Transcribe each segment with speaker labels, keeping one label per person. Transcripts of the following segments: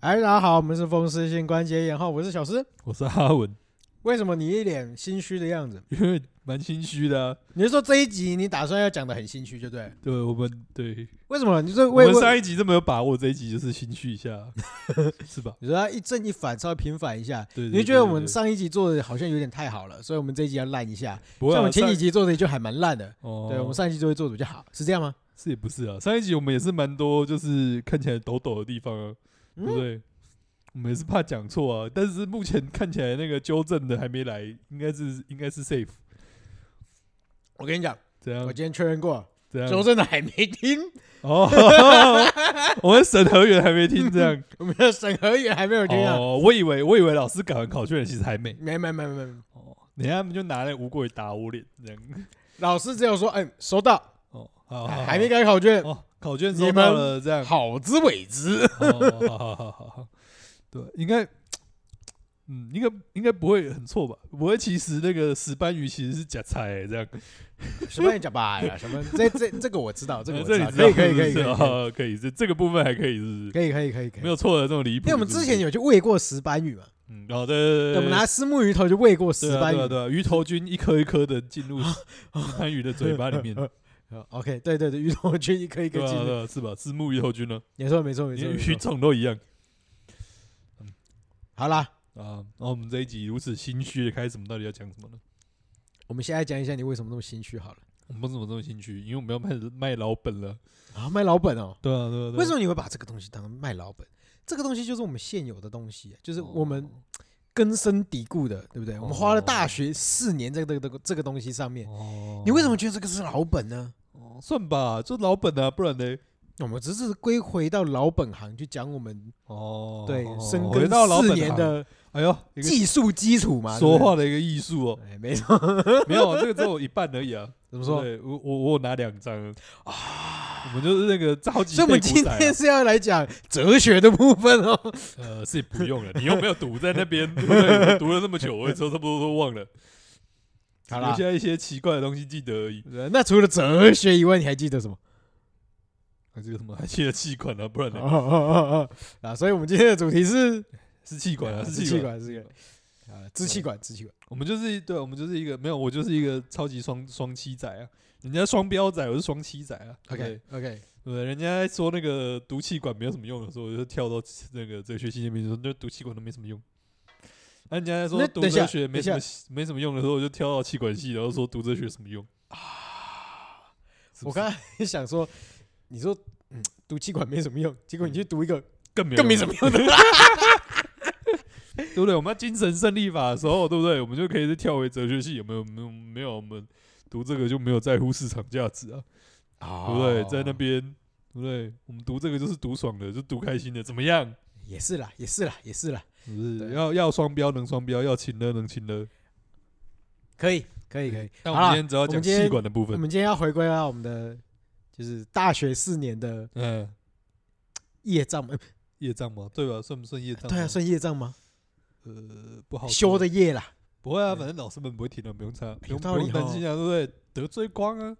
Speaker 1: 嗨，哎大家好，我们是风湿性关节炎后，我是小诗。
Speaker 2: 我是阿文，
Speaker 1: 为什么你一脸心虚的样子？
Speaker 2: 因为蛮心虚的、啊，
Speaker 1: 你是说这一集你打算要讲的很心虚，对不对？
Speaker 2: 对我们对，
Speaker 1: 为什么？你是
Speaker 2: 我
Speaker 1: 为
Speaker 2: 们
Speaker 1: 为
Speaker 2: 上一集这么有把握，这一集就是心虚 一下，是吧？
Speaker 1: 你说要一正一反稍微平反一下，
Speaker 2: 对对
Speaker 1: 你会
Speaker 2: 对
Speaker 1: 觉得
Speaker 2: 对
Speaker 1: 我们
Speaker 2: 对
Speaker 1: 上一集做的好像有点太好了，所以我们这一集要烂一下。
Speaker 2: 不会、
Speaker 1: 像我
Speaker 2: 啊、
Speaker 1: 们前几
Speaker 2: 上
Speaker 1: 集做的就还蛮烂的，
Speaker 2: 哦，
Speaker 1: 对我们上一集就会做的比较好，是这样吗？
Speaker 2: 是也不是啊，上一集我们也是蛮多就是看起来抖抖的地方啊，对不
Speaker 1: 嗯，
Speaker 2: 对？我们也是怕讲错啊，但是目前看起来那个纠正的还没来，应该是应该是 safe，
Speaker 1: 我跟你讲，
Speaker 2: 怎
Speaker 1: 我
Speaker 2: 样
Speaker 1: 今天确认过，
Speaker 2: 怎
Speaker 1: 纠
Speaker 2: 样？
Speaker 1: 正的还没听，
Speaker 2: 哦， 我们审核员还没听 这样，
Speaker 1: 我们的审核员还没有听啊。
Speaker 2: 哦，我以为我以为老师改完考卷，其实还没。
Speaker 1: 没没没没没，
Speaker 2: 哦，等一下他们就拿那个无棍打我脸，这样。
Speaker 1: 老师只有说，嗯，收到，
Speaker 2: 哦，好，好
Speaker 1: 还没改考卷
Speaker 2: 好，哦，考卷
Speaker 1: 你
Speaker 2: 收
Speaker 1: 们
Speaker 2: 到了， 这样。
Speaker 1: 好自为之。
Speaker 2: 哦好好好好好，对，应该，嗯，应该应该不会很错吧？不会，其实那个石斑鱼其实是假菜、欸这样。
Speaker 1: 什么讲吧哎 呀？什么？这这这个我知道，这个我
Speaker 2: 哦这
Speaker 1: 知
Speaker 2: 里
Speaker 1: 道，
Speaker 2: 知
Speaker 1: 可
Speaker 2: 道
Speaker 1: 以可以可以
Speaker 2: 是
Speaker 1: 可
Speaker 2: 不是
Speaker 1: 以
Speaker 2: 哦可以，这这个部分还可以，是不是？
Speaker 1: 可以可以可以可以。
Speaker 2: 没有错的这种离谱。
Speaker 1: 因为我们之前
Speaker 2: 有，
Speaker 1: 有去喂过石斑鱼嘛，
Speaker 2: 嗯，哦，对对对
Speaker 1: 对
Speaker 2: 对，
Speaker 1: 我们拿石目鱼头就喂过石
Speaker 2: 对啊
Speaker 1: 斑
Speaker 2: 对啊
Speaker 1: 鱼。
Speaker 2: 对啊，鱼头菌一颗一颗的进 入石斑鱼的嘴巴里面，对啊
Speaker 1: OK，对对对，鱼头菌一颗一颗进入，
Speaker 2: 对啊，是吧？是木鱼头菌呢，
Speaker 1: 没错没错没错
Speaker 2: 连
Speaker 1: 没
Speaker 2: 鱼
Speaker 1: 错。
Speaker 2: 种都一样。
Speaker 1: 好啦，
Speaker 2: 啊，那我们这一集如此心虚的开始，我们到底要讲什么呢？
Speaker 1: 我们现在讲一下你为什么那么心虚好了。
Speaker 2: 我们不怎么这么心虚，因为我们要卖卖老本了。
Speaker 1: 啊，卖老本哦，
Speaker 2: 对啊，对啊，
Speaker 1: 为什么你会把这个东西当成卖老本？这个东西就是我们现有的东西，啊就是
Speaker 2: 哦
Speaker 1: 我们根深蒂固的，对不对？我们花了大学四年在这个这个这个东西上面，
Speaker 2: 哦
Speaker 1: 你为什么觉得这个是老本呢？
Speaker 2: 么哦算吧？就老本啊，不然呢？
Speaker 1: 我们只是归回到老本行，去讲我们
Speaker 2: 哦
Speaker 1: 对深
Speaker 2: 回
Speaker 1: 耕
Speaker 2: 到老本
Speaker 1: 四
Speaker 2: 行
Speaker 1: 年，的
Speaker 2: 哎呦，一个
Speaker 1: 技术基础嘛。
Speaker 2: 说
Speaker 1: 对不
Speaker 2: 话的一个艺术哦
Speaker 1: 对，，哎，没错。
Speaker 2: 没有啊，这个只有一半而已啊。
Speaker 1: 怎么
Speaker 2: 不
Speaker 1: 说？
Speaker 2: 对，我我我有拿两张啊，我们就是那个超级
Speaker 1: 所以我们
Speaker 2: 背
Speaker 1: 今
Speaker 2: 骨仔啊
Speaker 1: 天是要来讲哲学的部分哦。
Speaker 2: 呃是不用了，你又没有读在那边，对不对我读了那么久，我也差不多都忘了，
Speaker 1: 好
Speaker 2: 留
Speaker 1: 啦，
Speaker 2: 下一些奇怪的东西记得而已。
Speaker 1: 那除了哲学以外，你还记得什么？
Speaker 2: 啊，这个什么还记得气管啊，不然
Speaker 1: 哦
Speaker 2: 呢？
Speaker 1: 哦哦哦啊，所以我们今天的主题是
Speaker 2: 是气管啊，
Speaker 1: 啊
Speaker 2: 是嗯
Speaker 1: 支气
Speaker 2: 管。
Speaker 1: 管，支气管啊，支气管，支气管。
Speaker 2: 我们就是一对，我们就是一个没有，我就是一个超级双双七仔啊，人家双标仔，我是双七仔啊。对
Speaker 1: OK OK，
Speaker 2: 对不对，人家说那个毒气管没有什么用的时候，我就跳到那个哲学系那边说，那毒气管都没什么用。那、人家
Speaker 1: 那
Speaker 2: 说读
Speaker 1: 等一下
Speaker 2: 哲学没什
Speaker 1: 等一
Speaker 2: 么没什么用的时候，我就跳到气管系，然后说读哲学有什么用？是
Speaker 1: 啊我
Speaker 2: 不是
Speaker 1: 刚才想说，你说嗯，读气管没什么用，结果你去读一个
Speaker 2: 更嗯没
Speaker 1: 更没什
Speaker 2: 用
Speaker 1: 么用的。
Speaker 2: 对不对？我们要精神胜利法的时候，对不对？我们就可以是跳回哲学系，有没有？没有，没有，我们读这个就没有在乎市场价值啊，对不 对？
Speaker 1: 啊
Speaker 2: 在那边，对不对？我们读这个就是读爽的，就读开心的，怎么样？
Speaker 1: 也是啦，也是啦，也是啦，
Speaker 2: 是不是
Speaker 1: 对
Speaker 2: 要要双标能双标，要情勒能情勒。
Speaker 1: 可以，可以，可以。
Speaker 2: 但
Speaker 1: 好
Speaker 2: 我们
Speaker 1: 啦
Speaker 2: 今天只要
Speaker 1: 我
Speaker 2: 讲
Speaker 1: 们今天
Speaker 2: 气管的部
Speaker 1: 我
Speaker 2: 分，
Speaker 1: 们今天要回归到我们的就是大学四年的
Speaker 2: 嗯，
Speaker 1: 业障嘛，
Speaker 2: 业障嘛，对吧？算不算业障？
Speaker 1: 对啊，，算业障吗？
Speaker 2: 呃，不好说
Speaker 1: 修的业啦，
Speaker 2: 不会啊，
Speaker 1: 对
Speaker 2: 反正老师们不会听的，不用猜，不
Speaker 1: 有
Speaker 2: 用
Speaker 1: 道
Speaker 2: 不
Speaker 1: 理
Speaker 2: 用担
Speaker 1: 哦
Speaker 2: 心啊，对不对？得罪光啊，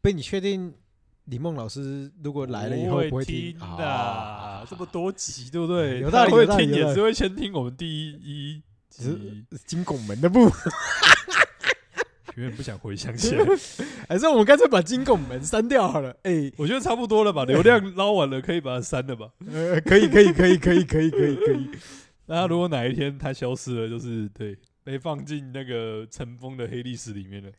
Speaker 1: 被你确定李梦老师如果来了以后不
Speaker 2: 不
Speaker 1: 会
Speaker 2: 听
Speaker 1: 听啊
Speaker 2: 的，这么多集，对不 对？
Speaker 1: 有道理
Speaker 2: 他会
Speaker 1: 有道理
Speaker 2: 听
Speaker 1: 有道
Speaker 2: 也
Speaker 1: 理
Speaker 2: 是会先听我们第一一
Speaker 1: 只是
Speaker 2: 集，
Speaker 1: 金拱门的部分，
Speaker 2: 永远不想回想起来。
Speaker 1: 还是我们干脆把金拱门删掉好了？哎，
Speaker 2: 我觉得差不多了吧，流量捞完了，可以把它删了吧。
Speaker 1: 呃，可以，可以，可以，可以，可以，可以，可以。
Speaker 2: 那如果哪一天它消失了，就是对被放进那个尘封的黑历史里面了。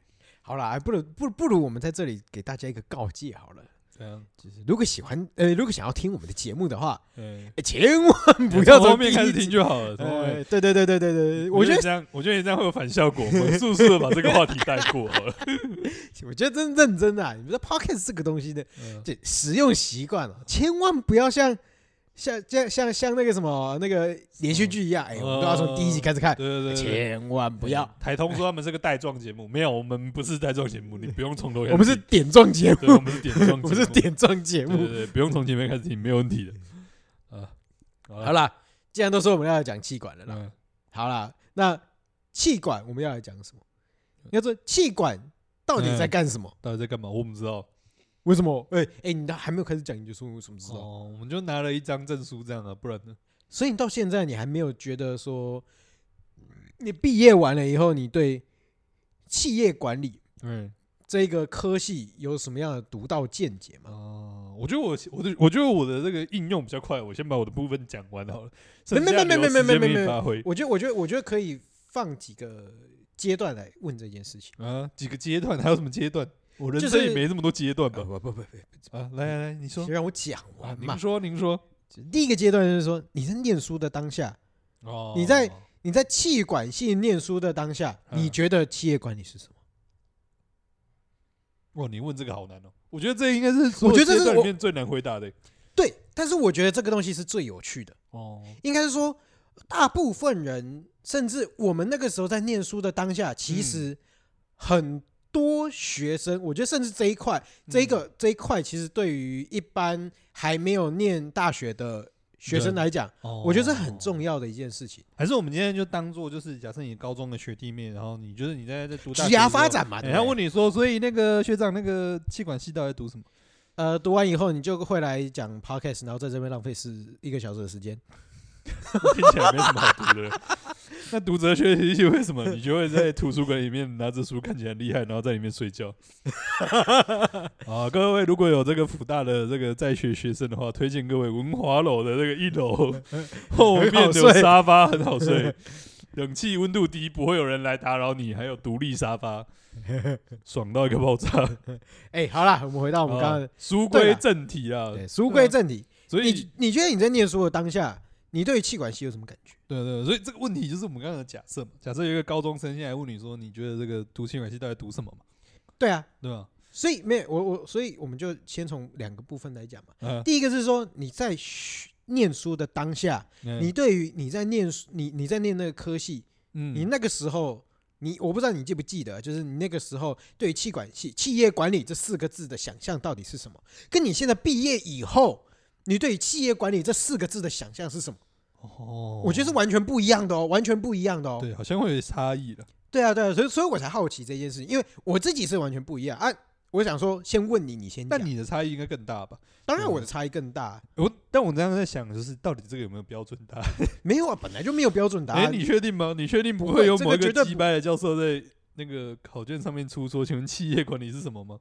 Speaker 1: 好啦，哎不如不不如我们在这里给大家一个告诫好了，
Speaker 2: 这样，
Speaker 1: 就是如果喜欢呃，如果想要听我们的节目的话，
Speaker 2: 嗯，
Speaker 1: 哎千万不要
Speaker 2: 从后
Speaker 1: 从第
Speaker 2: 面
Speaker 1: 一
Speaker 2: 开始
Speaker 1: 集
Speaker 2: 听就好了。从后面
Speaker 1: 呃，对对对对对对，我觉得
Speaker 2: 这样，我觉得你这样会有反效果。我们速速的把这个话题带过好了。
Speaker 1: 我觉得真认真啊，你们的 podcast 这个东西的这使用习惯啊，千万不要像像像像像那个什么那个连续剧一样，哎，我们都要从第一集开始看，
Speaker 2: 对对对对，
Speaker 1: 千万不要，
Speaker 2: 台通说他们是个带状节目，没有，我们不是带状节目，你不用从头开始听。
Speaker 1: 我们是点状节
Speaker 2: 对，我
Speaker 1: 目，
Speaker 2: 们是点状节目，
Speaker 1: 我们是点状节
Speaker 2: 对对
Speaker 1: 目。
Speaker 2: 对，不用从前面开始听，没有问题的。啊，好
Speaker 1: 好
Speaker 2: 了，
Speaker 1: 啦，既然都说我们要讲气管了啦，
Speaker 2: 嗯
Speaker 1: 好啦，那气管我们要来讲什么？要说气管到底在干什么？
Speaker 2: 到底在干嘛？我不知道。
Speaker 1: 为什么？哎哎，你都还没有开始讲，你就说我怎么知道？
Speaker 2: 哦，我们就拿了一张证书这样啊，不然呢？
Speaker 1: 所以你到现在你还没有觉得说，你毕业完了以后，你对企业管理
Speaker 2: 嗯，
Speaker 1: 这个科系有什么样的独到见解吗？
Speaker 2: 哦，我觉得我我的我觉得我的这个应用比较快，我先把我的部分讲完好了，
Speaker 1: 没没
Speaker 2: 剩下
Speaker 1: 没没
Speaker 2: 留时间
Speaker 1: 没没
Speaker 2: 给你
Speaker 1: 没
Speaker 2: 发挥
Speaker 1: 我觉得，我觉得，我觉得可以放几个阶段来问这件事情。
Speaker 2: 啊，几个阶段还有什么阶段？我人
Speaker 1: 就
Speaker 2: 生也
Speaker 1: 是
Speaker 2: 没这么多阶段吧
Speaker 1: 不？不不不，
Speaker 2: 啊，来来来，你说
Speaker 1: 先让我讲
Speaker 2: 啊
Speaker 1: 完，
Speaker 2: 您
Speaker 1: 嘛。
Speaker 2: 说您说，
Speaker 1: 第一个阶段就是说，你在念书的当下，
Speaker 2: 哦
Speaker 1: 你在你在气管系念书的当下，
Speaker 2: 嗯
Speaker 1: 你觉得企业管理是什么？
Speaker 2: 哇，你问这个好难哦，我觉得这应该是所
Speaker 1: 我
Speaker 2: 有
Speaker 1: 觉得这是
Speaker 2: 阶段里
Speaker 1: 我
Speaker 2: 面最难回答的
Speaker 1: 对，但是我觉得这个东西是最有趣的。
Speaker 2: 哦，
Speaker 1: 应该是说，大部分人，甚至我们那个时候在念书的当下，
Speaker 2: 嗯
Speaker 1: 其实很多学生，我觉得甚至这一块，这一
Speaker 2: 嗯
Speaker 1: 个这一块，其实对于一般还没有念大学的学生
Speaker 2: 对
Speaker 1: 来讲，
Speaker 2: 哦
Speaker 1: 我觉得是很重要的一件事情，
Speaker 2: 还是我们今天就当做就是，假设你高中的学弟妹，然后你就是你在在读
Speaker 1: 职
Speaker 2: 大学的时
Speaker 1: 涯
Speaker 2: 候
Speaker 1: 发，展嘛。对
Speaker 2: 然
Speaker 1: 不
Speaker 2: 后
Speaker 1: 对
Speaker 2: 哎问你说，所以那个学长那个气管系到底读什么？
Speaker 1: 呃，读完以后你就会来讲 podcast，然后在这边浪费是一个小时的时间。
Speaker 2: 听起来没什么好读的。那读哲学习为什么？你就会在图书馆里面拿着书看起来很厉害，然后在里面睡觉。 啊，各位如果有这个辅大的这个在学学生的话，推荐各位文华楼的这个一 楼后面
Speaker 1: 很好
Speaker 2: 有
Speaker 1: 睡
Speaker 2: 沙发，很好睡，冷气温度低，不会有人来打扰你，还有独立 沙发，爽到一个爆炸。
Speaker 1: 哎，好啦，我们回到我们刚刚
Speaker 2: 啊
Speaker 1: 的
Speaker 2: 书
Speaker 1: 对
Speaker 2: 归
Speaker 1: 啦
Speaker 2: 正题啊，
Speaker 1: 对书归正题，
Speaker 2: 所以
Speaker 1: 你你觉得你在念书的当下，你对于气管系有什么感觉？
Speaker 2: 对对，所以这个问题就是我们刚刚的假设嘛，假设有一个高中生现在问你说，你觉得这个读心管系到底读什么嘛？
Speaker 1: 对啊，
Speaker 2: 对吧？
Speaker 1: 所以没有我我，所以我们就先从两个部分来讲嘛。
Speaker 2: 嗯，
Speaker 1: 第一个是说你在学念书的当下，你对于你在念书，你你在念那个科系，
Speaker 2: 嗯
Speaker 1: 你那个时候，你我不知道你记不记得，啊就是你那个时候对于气管系、企业管理这四个字的想象到底是什么？跟你现在毕业以后，你对于企业管理这四个字的想象是什么？
Speaker 2: 哦，
Speaker 1: 我觉得是完全不一样的哦，完全不一样的哦。
Speaker 2: 对，好像会有差异的。
Speaker 1: 对啊，对啊，所以所以我才好奇这件事情，因为我自己是完全不一样啊。我想说，先问你，你先讲。
Speaker 2: 但你的差异应该更大吧？
Speaker 1: 当然我
Speaker 2: 嗯
Speaker 1: 的差异更大，
Speaker 2: 我但我这样在想，就是到底这个有没有标准答案？
Speaker 1: 没有啊，本来就没有标准答
Speaker 2: 哎，
Speaker 1: 案。
Speaker 2: 你确定吗？你确定不
Speaker 1: 不
Speaker 2: 会
Speaker 1: 会
Speaker 2: 有
Speaker 1: 这
Speaker 2: 某
Speaker 1: 个
Speaker 2: 一个
Speaker 1: 绝对
Speaker 2: 鸡
Speaker 1: 不
Speaker 2: 掰的教授在那个考卷上面出说，请问企业管理是什么吗？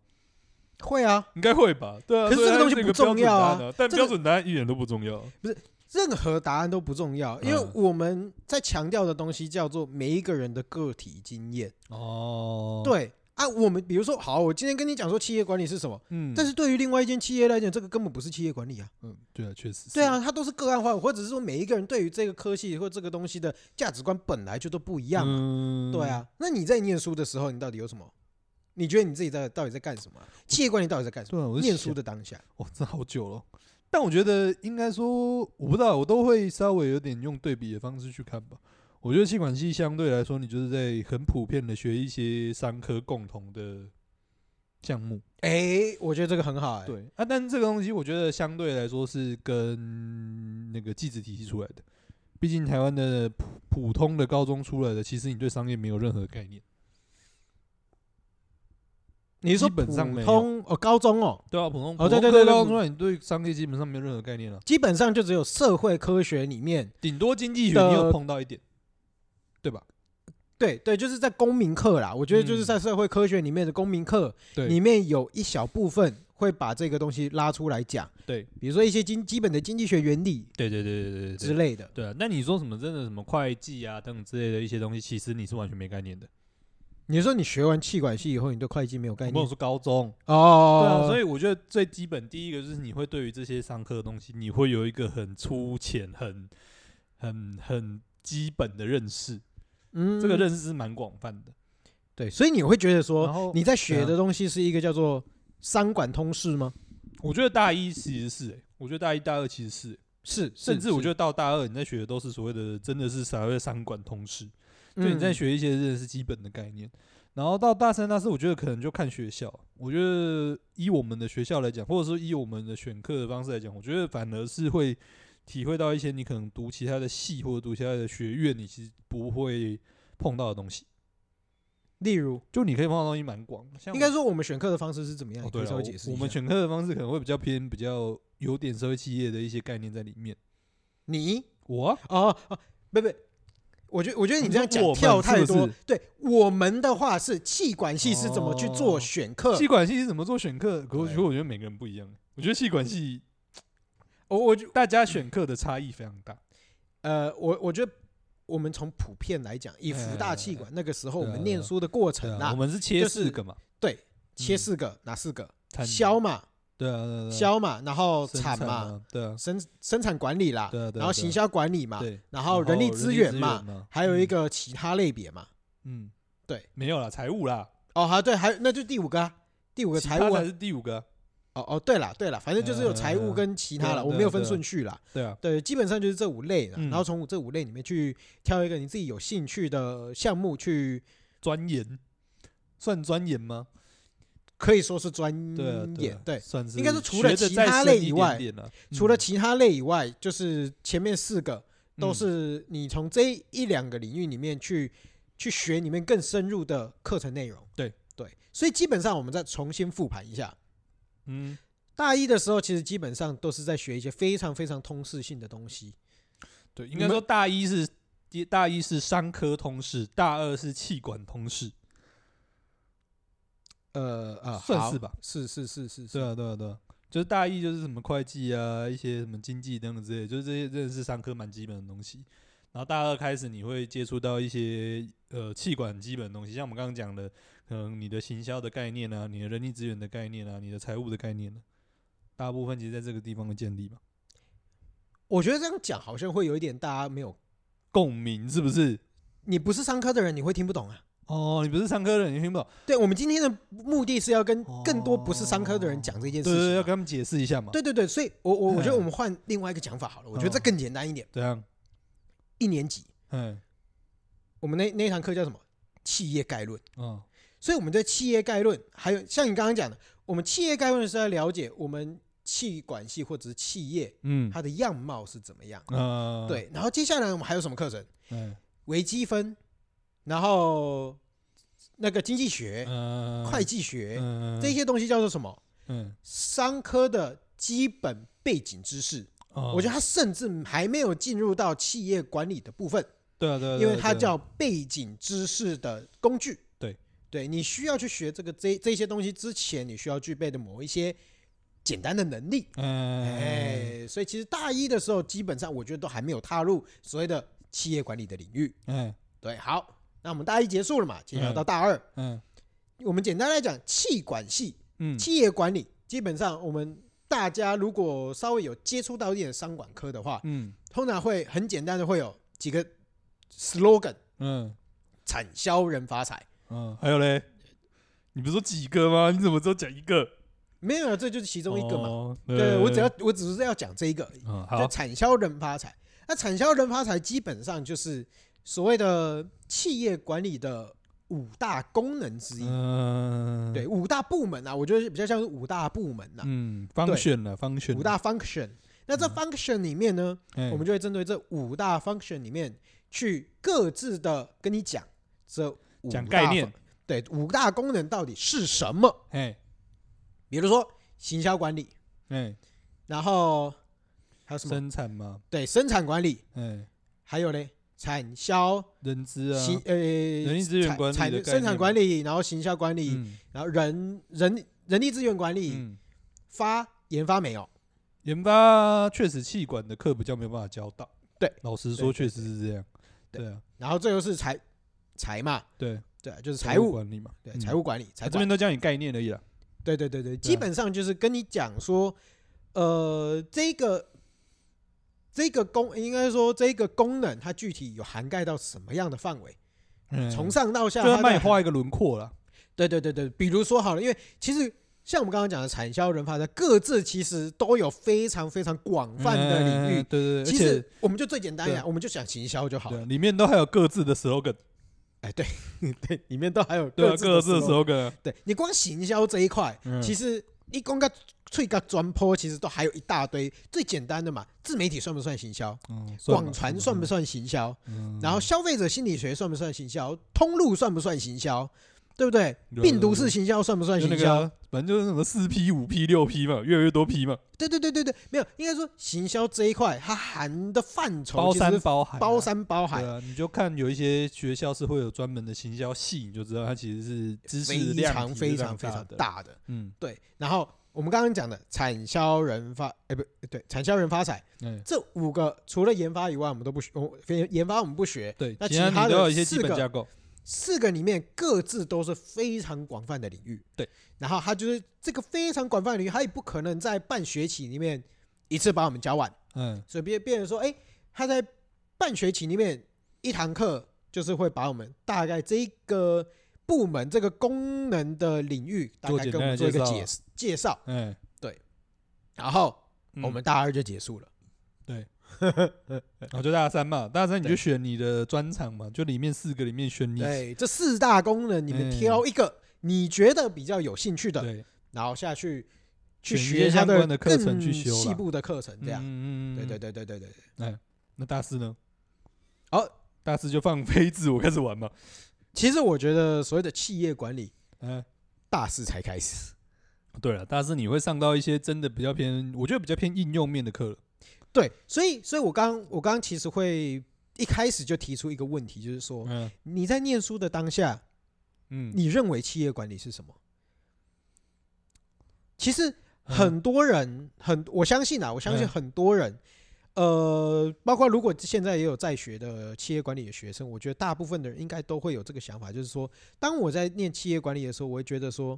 Speaker 1: 会啊，
Speaker 2: 应该会吧？对啊，
Speaker 1: 可是
Speaker 2: 所以
Speaker 1: 这个
Speaker 2: 它
Speaker 1: 东西
Speaker 2: 是一
Speaker 1: 不重
Speaker 2: 标准
Speaker 1: 要
Speaker 2: 答
Speaker 1: 啊
Speaker 2: 案啊，但
Speaker 1: 这
Speaker 2: 标
Speaker 1: 个
Speaker 2: 准答案一点都不重要。啊
Speaker 1: 任何答案都不重要，因为
Speaker 2: 嗯
Speaker 1: 我们在强调的东西叫做每一个人的个体经验。
Speaker 2: 哦，，
Speaker 1: 对啊，我们比如说，好，我今天跟你讲说企业管理是什么，
Speaker 2: 嗯，
Speaker 1: 但是对于另外一间企业来讲，这个根本不是企业管理啊。
Speaker 2: 嗯，对啊，确实，
Speaker 1: 对啊，，它都是个案化，或者是说每一个人对于这个科系或这个东西的价值观本来就都不一样嘛。
Speaker 2: 嗯，
Speaker 1: 对啊，那你在念书的时候，你到底有什么？你觉得你自己在到底在干什么啊？企业管理到底在干什么？
Speaker 2: 对啊，我是
Speaker 1: 念
Speaker 2: 想
Speaker 1: 书的当下，
Speaker 2: 哇，这好久了。但我觉得应该说，我不知道，我都会稍微有点用对比的方式去看吧。我觉得气管系相对来说，你就是在很普遍的学一些商科共同的项目，
Speaker 1: 哎，我觉得这个很好哎。
Speaker 2: 对啊。但是这个东西，我觉得相对来说是跟那个技职体系出来的。毕竟台湾的普普通的高中出来的，其实你对商业没有任何概念。
Speaker 1: 你是说
Speaker 2: 基本上没
Speaker 1: 普
Speaker 2: 有
Speaker 1: 通哦，高中哦，
Speaker 2: 对啊，普通
Speaker 1: 哦对
Speaker 2: 普
Speaker 1: 对对
Speaker 2: 通科
Speaker 1: 对
Speaker 2: 高中出来，你对商业基本上没有任何概念了、
Speaker 1: 基本上就只有社会科学里面，
Speaker 2: 顶多经济学你有
Speaker 1: 的
Speaker 2: 碰到一点，对吧？
Speaker 1: 对对，就是在公民课啦。我觉得就是
Speaker 2: 嗯
Speaker 1: 在社会科学里面的公民课、
Speaker 2: 对，
Speaker 1: 里面有一小部分会把这个东西拉出来讲，
Speaker 2: 对
Speaker 1: 比如说一些经基本的经济学原理
Speaker 2: 对对对对对对
Speaker 1: 之
Speaker 2: 对
Speaker 1: 类的。
Speaker 2: 对啊！那你说什么真的什么会计啊等等之类的一些东西，其实你是完全没概念的。
Speaker 1: 你说你学完气管系以后，你对会计没有概
Speaker 2: 我跟我
Speaker 1: 念
Speaker 2: 说高中，对啊，
Speaker 1: 哦？
Speaker 2: 所
Speaker 1: 以
Speaker 2: 以我觉得最基本第一个就是你会对于这些上课的东西，你会有一个很粗浅、很很很基本的认识。
Speaker 1: 嗯
Speaker 2: 这个认识是蛮广泛的。
Speaker 1: 对，所以你会觉得说
Speaker 2: 然后
Speaker 1: 你在
Speaker 2: 对
Speaker 1: 学
Speaker 2: 啊
Speaker 1: 的东西是一个叫做商管通识吗？
Speaker 2: 我觉得大一其实是、欸，我觉得大一、大二其实是欸、
Speaker 1: 是，
Speaker 2: 甚至我觉
Speaker 1: 得
Speaker 2: 得到大二你在学的都是所谓的真的是所谓的商管通识。对，你在
Speaker 1: 嗯
Speaker 2: 学一些真的是基本的概念。然后到大三、大四，我觉得可能就看学校。我觉得以我们的学校来讲，或者说以我们的选课的方式来讲，我觉得反而是会体会到一些你可能读其他的系或者读其他的学院，你其实不会碰到的东西。
Speaker 1: 例如，
Speaker 2: 就你可以碰到的东西蛮广的，像
Speaker 1: 应该
Speaker 2: 我
Speaker 1: 说我们选课的方式是怎么样？
Speaker 2: 哦
Speaker 1: 你可
Speaker 2: 对
Speaker 1: 以稍
Speaker 2: 了
Speaker 1: 微解，释
Speaker 2: 我
Speaker 1: 一
Speaker 2: 我们
Speaker 1: 下。
Speaker 2: 选课的方式可能会比较偏比较有点社会企业的一些概念在里面。
Speaker 1: 你
Speaker 2: 我啊，
Speaker 1: 哦哦，不不，我觉得我觉得你这样讲
Speaker 2: 哦你说我们
Speaker 1: 跳太
Speaker 2: 是不
Speaker 1: 多
Speaker 2: 是。
Speaker 1: 对我们的话是气管系是怎么去做
Speaker 2: 哦
Speaker 1: 选课？
Speaker 2: 气管系是怎么做选课？可我觉得
Speaker 1: 呃对嗯
Speaker 2: 我觉得每个人不一样。我觉得气管系
Speaker 1: 我我嗯觉
Speaker 2: 大家选课的差异非常大。
Speaker 1: 呃我我觉得我们从普遍来讲，以福大气
Speaker 2: 哎
Speaker 1: 管那个时候我们念书的过程
Speaker 2: 啊我
Speaker 1: 啊，
Speaker 2: 们是切
Speaker 1: 就是
Speaker 2: 四个嘛，
Speaker 1: 切四个哪四个？
Speaker 2: 产
Speaker 1: 消嘛，
Speaker 2: 对啊对啊，对啊
Speaker 1: 消嘛，然后
Speaker 2: 生
Speaker 1: 产嘛，
Speaker 2: 嘛，对啊
Speaker 1: 生生产管理啦
Speaker 2: 对啊对啊，
Speaker 1: 然后
Speaker 2: 对啊
Speaker 1: 行销管理嘛，
Speaker 2: 对，
Speaker 1: 然
Speaker 2: 然
Speaker 1: 后人力资源嘛，
Speaker 2: 嘛
Speaker 1: 还有一个其他类别嘛。
Speaker 2: 嗯，
Speaker 1: 对，
Speaker 2: 没有啦，财务啦，
Speaker 1: 哦，好，对，还有那就第五个、啊，第五个
Speaker 2: 其
Speaker 1: 财
Speaker 2: 他
Speaker 1: 务啊、
Speaker 2: 才是第五个啊，
Speaker 1: 哦哦，对了对了，反正就是有财务跟其他
Speaker 2: 嗯嗯
Speaker 1: 了，
Speaker 2: 嗯
Speaker 1: 我没有分顺序啦。
Speaker 2: 对啊，
Speaker 1: 对，基本上就是这五类啦，
Speaker 2: 嗯
Speaker 1: 然后从这五类里面去挑一个你自己有兴趣的项目去，
Speaker 2: 钻研，算钻研吗？
Speaker 1: 可以说是钻
Speaker 2: 对啊，
Speaker 1: 研
Speaker 2: 啊。
Speaker 1: 对，
Speaker 2: 算是
Speaker 1: 应该是除了
Speaker 2: 学得
Speaker 1: 其
Speaker 2: 再
Speaker 1: 他
Speaker 2: 深
Speaker 1: 类
Speaker 2: 一
Speaker 1: 以
Speaker 2: 点
Speaker 1: 外
Speaker 2: 点啦
Speaker 1: 除了
Speaker 2: 嗯
Speaker 1: 其他类以外，就是前面四个都
Speaker 2: 嗯
Speaker 1: 是你从这一两个领域里面去去学里面更深入的课程内容。
Speaker 2: 对
Speaker 1: 对，所以基本上我们再重新复盘一下，
Speaker 2: 嗯，
Speaker 1: 大一的时候，其实基本上都是在学一些非常非常通识性的东西。
Speaker 2: 对，应
Speaker 1: 你
Speaker 2: 该
Speaker 1: 们
Speaker 2: 说大一是大一是商科通识，大二是气管通识，
Speaker 1: 呃呃，
Speaker 2: 算
Speaker 1: 好
Speaker 2: 是吧？
Speaker 1: 是是是是
Speaker 2: 对
Speaker 1: 是。
Speaker 2: 啊，对啊，对啊，就是大一就是什么会计啊，一些什么经济等等之类的，就是这些真的是商科蛮基本的东西。然后大二开始你会接触到一些呃气管基本的东西，像我们刚刚讲的，可能你的行销的概念啊，你的人力资源的概念啊，你的财务的概念、啊，大部分其实在这个地方会建立嘛。
Speaker 1: 我觉得这样讲好像会有一点大家没有，
Speaker 2: 共鸣是不是？
Speaker 1: 你不是商科的人，你会听不懂啊。
Speaker 2: 哦，你不是商科的人，你听不懂，
Speaker 1: 对我们今天的目的是要跟更多不是商科的人讲这件
Speaker 2: 对
Speaker 1: 事
Speaker 2: 哦对对，
Speaker 1: 情
Speaker 2: 要
Speaker 1: 嘛。
Speaker 2: 跟他们解释一下嘛。
Speaker 1: 对对对，所以我我我觉得
Speaker 2: 嗯
Speaker 1: 我们换另外一个讲法好了，我觉得这
Speaker 2: 嗯
Speaker 1: 更简单一点。
Speaker 2: 怎样？
Speaker 1: 一年级
Speaker 2: 嗯，
Speaker 1: 我们那那一堂课叫什么？企业概论。
Speaker 2: 哦，
Speaker 1: 所以我们对企业概论，还有像你刚刚讲的，我们企业概论是在了解我们气管系或者是企业
Speaker 2: 嗯，
Speaker 1: 它的样貌是怎么样。
Speaker 2: 呃，，
Speaker 1: 对，然后接下来我们还有什么课程？
Speaker 2: 嗯，
Speaker 1: 微积分，然后那个经济学、
Speaker 2: 呃
Speaker 1: 会，计学
Speaker 2: 嗯，
Speaker 1: 这，些东西叫做什么？
Speaker 2: 嗯，
Speaker 1: 商科的基本背景知识。我觉得
Speaker 2: 得，
Speaker 1: 它甚至还没有进入到企业管理的部分，
Speaker 2: 对啊，对啊，
Speaker 1: 因为
Speaker 2: 对啊
Speaker 1: 它
Speaker 2: 对啊
Speaker 1: 叫背景知识的工具。
Speaker 2: 对，
Speaker 1: 对你需要去学这个这这些东西之前，你需要具备的某一些简单的能力。
Speaker 2: 哎
Speaker 1: 哎，所以其实大一的时候，基本上我觉得都还没有踏入所谓的企业管理的领域。
Speaker 2: 哎
Speaker 1: 对，好，那我们大一结束了嘛，接下来到大二，
Speaker 2: 嗯
Speaker 1: 我们简单来讲，气管系、
Speaker 2: 嗯，
Speaker 1: 企业管理，基本上我们大家如果稍微有接触到一点商管科的话，
Speaker 2: 嗯
Speaker 1: 通常会很简单的会有几个 slogan：
Speaker 2: 嗯
Speaker 1: 产销人发财。
Speaker 2: 嗯，还有嘞，你不是说几个吗？你怎么只有讲一个？
Speaker 1: 没有，这就是其中一个嘛。
Speaker 2: 哦
Speaker 1: 对，我只要我只是要讲这一个而已，
Speaker 2: 嗯
Speaker 1: 就
Speaker 2: 好，
Speaker 1: 产销人发财。那产销人发财基本上就是所谓的企业管理的五大功能之一，
Speaker 2: 嗯，
Speaker 1: 对，，五大部门啊，我觉得比较像是五大部门呐、啊
Speaker 2: 嗯，方选了，方选
Speaker 1: 五大 function。那
Speaker 2: 嗯
Speaker 1: 这 function 里面呢，
Speaker 2: 哎
Speaker 1: 我们就会针对这五大 function 里面去各自的跟你讲这五
Speaker 2: 讲
Speaker 1: 大
Speaker 2: 概念
Speaker 1: fun-，对五大功能到底是什么？
Speaker 2: 哎
Speaker 1: 比如说行销管理，
Speaker 2: 哎，
Speaker 1: 然后还有什么？
Speaker 2: 生产嘛，
Speaker 1: 对，生产管理，
Speaker 2: 哎，
Speaker 1: 还有嘞，产销
Speaker 2: 人资啊，
Speaker 1: 行呃
Speaker 2: 人力资源
Speaker 1: 产
Speaker 2: 管理的
Speaker 1: 产
Speaker 2: 概
Speaker 1: 生产
Speaker 2: 念
Speaker 1: 管
Speaker 2: 嘛
Speaker 1: 理，然后行销管理，
Speaker 2: 嗯
Speaker 1: 然后人人人力资源管理，
Speaker 2: 嗯，
Speaker 1: 发研发没有？
Speaker 2: 研发确实气管的课比较没有办法教到，
Speaker 1: 对，
Speaker 2: 老实
Speaker 1: 对对
Speaker 2: 说确实是这样，
Speaker 1: 对
Speaker 2: 对啊，
Speaker 1: 然后最后是财财嘛，
Speaker 2: 对，
Speaker 1: 对，啊就是
Speaker 2: 财
Speaker 1: 财务，
Speaker 2: 管理嘛，
Speaker 1: 对，
Speaker 2: 嗯
Speaker 1: 财务管理，财
Speaker 2: 这
Speaker 1: 管
Speaker 2: 边都啊教你概念而已啦，
Speaker 1: 对对对对，基本上就是跟你讲说，呃，这个这个功应该说这个功能它具体有涵盖到什么样的范围，
Speaker 2: 嗯
Speaker 1: 从上到下
Speaker 2: 就
Speaker 1: 它
Speaker 2: 要帮你
Speaker 1: 在
Speaker 2: 画一个轮廓啦。
Speaker 1: 对对对对，比如说好了，因为其实像我们刚刚讲的产销人发展，各自其实都有非常非常广泛的领
Speaker 2: 嗯
Speaker 1: 域。
Speaker 2: 对对对，
Speaker 1: 其
Speaker 2: 而且
Speaker 1: 实我们就最简单
Speaker 2: 对
Speaker 1: 呀，我们就想行销就好
Speaker 2: 对
Speaker 1: 了。
Speaker 2: 里面都还有各自的 slogan，
Speaker 1: 哎，对对，里面都还有
Speaker 2: 对啊，
Speaker 1: 各
Speaker 2: 各
Speaker 1: 自
Speaker 2: 自的 slogan，
Speaker 1: 对你光行销这一块，
Speaker 2: 嗯
Speaker 1: 其实一公个脆个砖坡，其实都还有一大堆。最简单的嘛，自媒体算不算行销？
Speaker 2: 嗯
Speaker 1: 广传算不？算行销？
Speaker 2: 算吧
Speaker 1: 然后消费者心理学算不算行销？通路算不算行销？对不对？
Speaker 3: 对
Speaker 1: 病毒式行销算不算
Speaker 3: 就那个
Speaker 1: 行销？
Speaker 3: 啊反正就是什么四 P、五 P、六 P 嘛，越来越多 P 嘛，
Speaker 1: 对对对对对，没有，应该说行销这一块它含的范畴
Speaker 2: 包
Speaker 1: 其实
Speaker 2: 山包海啊，
Speaker 1: 包山包海
Speaker 2: 对，啊，你就看有一些学校是会有专门的行销系，你就知道它其实是知识
Speaker 1: 非
Speaker 2: 量
Speaker 1: 常
Speaker 2: 体
Speaker 1: 非
Speaker 2: 是
Speaker 1: 常非常
Speaker 2: 的。
Speaker 1: 大的。
Speaker 2: 嗯，
Speaker 1: 对，然后我们刚刚讲的产销人发，哎、不对，产销人发财
Speaker 2: 哎
Speaker 1: 这五个，除了研发以外，我们都不学，我研研发我们不学。
Speaker 2: 对，
Speaker 1: 那
Speaker 2: 其
Speaker 1: 其
Speaker 2: 他
Speaker 1: 他
Speaker 2: 你都
Speaker 1: 的
Speaker 2: 要有一些基
Speaker 1: 四
Speaker 2: 本
Speaker 1: 个
Speaker 2: 架构。
Speaker 1: 四个里面各自都是非常广泛的领域。
Speaker 2: 对，
Speaker 1: 然后它就是这个非常广泛的领域，它也不可能在半学期里面一次把我们教完，
Speaker 2: 嗯，
Speaker 1: 所以变变成说，哎、他在半学期里面一堂课就是会把我们大概这一个部门这个功能的领域大
Speaker 2: 做
Speaker 1: 概
Speaker 2: 简
Speaker 1: 跟我们做
Speaker 2: 单
Speaker 1: 一
Speaker 2: 的
Speaker 1: 个
Speaker 2: 介绍
Speaker 1: 解释介绍，
Speaker 2: 哎，
Speaker 1: 然后我
Speaker 2: 嗯
Speaker 1: 们大二就结束了。
Speaker 2: 然哦后就大三嘛，大三你就
Speaker 1: 对
Speaker 2: 选你的专长嘛，就里面四个里面选你
Speaker 1: 对，这四大功能你们挑一个你觉得比较有兴趣的，
Speaker 2: 对，
Speaker 1: 然后下去去
Speaker 2: 选一
Speaker 1: 学
Speaker 2: 些
Speaker 1: 它
Speaker 2: 相关的课程
Speaker 1: 更
Speaker 2: 去修啦
Speaker 1: 细部的课程，这样。
Speaker 2: 嗯嗯嗯，
Speaker 1: 对对
Speaker 2: 对。
Speaker 1: 对对对对对。
Speaker 2: 那大四呢？
Speaker 1: 哦，
Speaker 2: 大四就放飞自我开始玩嘛。
Speaker 1: 其实我觉得所谓的企业管理，
Speaker 2: 嗯，
Speaker 1: 大四才开 始。
Speaker 2: 对了，大四你会上到一些真的比较偏，我觉得比较偏应用面的课了。
Speaker 1: 对，所以，所以我刚我刚其实会一开始就提出一个问题，就是说
Speaker 2: 嗯
Speaker 1: 你在念书的当下，
Speaker 2: 嗯，
Speaker 1: 你认为企业管理是什么？其实很多人，很我相信啊，我相信
Speaker 2: 嗯
Speaker 1: 很多人，呃，包括如果现在也有在学的企业管理的学生，我觉得大部分的人应该都会有这个想法，就是说，当我在念企业管理的时候，我会觉得说，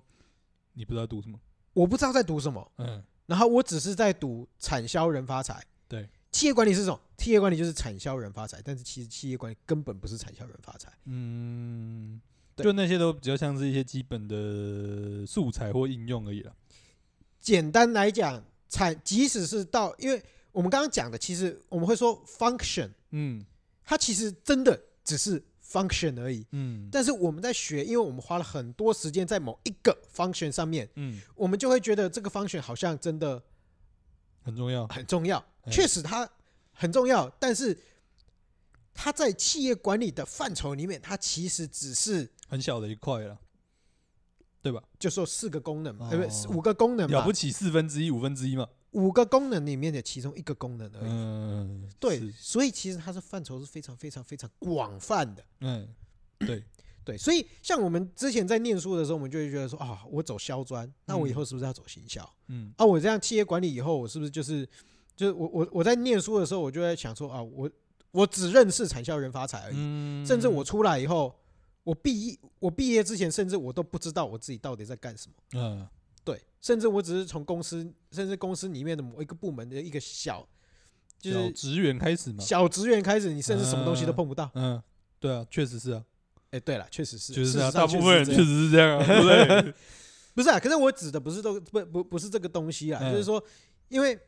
Speaker 2: 你不知道读什么？
Speaker 1: 我不知道在读什么，
Speaker 2: 嗯，
Speaker 1: 然后我只是在赌产销人发财。
Speaker 2: 对，
Speaker 1: 企业管理是什么？企业管理就是产销人发财，但是其实企业管理根本不是产销人发财。
Speaker 2: 嗯，
Speaker 1: 对
Speaker 2: 就那些都比较像是一些基本的素材或应用而已了。
Speaker 1: 简单来讲，产即使是到，因为我们刚刚讲的，其实我们会说 function，
Speaker 2: 嗯
Speaker 1: 它其实真的只是 function 而已。
Speaker 2: 嗯
Speaker 1: 但是我们在学，因为我们花了很多时间在某一个 function 上面，
Speaker 2: 嗯，
Speaker 1: 我们就会觉得这个 function 好像真的
Speaker 2: 很重要。
Speaker 1: 很重要，
Speaker 2: 嗯
Speaker 1: 确实它很重要，但是它在企业管理的范畴里面，它其实只是
Speaker 2: 很小的一块了，对吧？
Speaker 1: 就说四个功能嘛，
Speaker 2: 哦
Speaker 1: 呃、不是五个功能
Speaker 2: 了
Speaker 1: 嘛
Speaker 2: 不，起四分之一、五分之一嘛。
Speaker 1: 五个功能里面的其中一个功能而已。
Speaker 2: 嗯，
Speaker 1: 对，
Speaker 2: 是，
Speaker 1: 所以其实它是范畴是非常非常非常广泛的。
Speaker 2: 嗯，
Speaker 1: 对，所以像我们之前在念书的时候，我们就会觉得说啊，我走销专，那我以后是不是要走行销？
Speaker 2: 嗯，
Speaker 1: 啊，我这样企业管理以后，我是不是就是就是我我我在念书的时候，我就在想说啊，我我只认识产销人发财而已，
Speaker 2: 嗯，
Speaker 1: 甚至我出来以后，我毕业我毕业之前，甚至我都不知道我自己到底在干什么。
Speaker 2: 嗯，
Speaker 1: 对，甚至我只是从公司，甚至公司里面的某一个部门的一个小，就
Speaker 2: 就是
Speaker 1: 是
Speaker 2: 职员开始嘛。
Speaker 1: 小职员开始，你甚至什么东西都碰不到。
Speaker 2: 嗯，对啊，确实是啊，
Speaker 1: 哎，对了，确实是，
Speaker 2: 确
Speaker 1: 事
Speaker 2: 实
Speaker 1: 实
Speaker 2: 是啊，
Speaker 1: 上
Speaker 2: 大部分人
Speaker 1: 是
Speaker 2: 确
Speaker 1: 这样
Speaker 2: 实是这样啊，对不对？
Speaker 1: 不 是啊。可是我指的不是都不不不是这个东西啊，
Speaker 2: 嗯
Speaker 1: 就是说，因为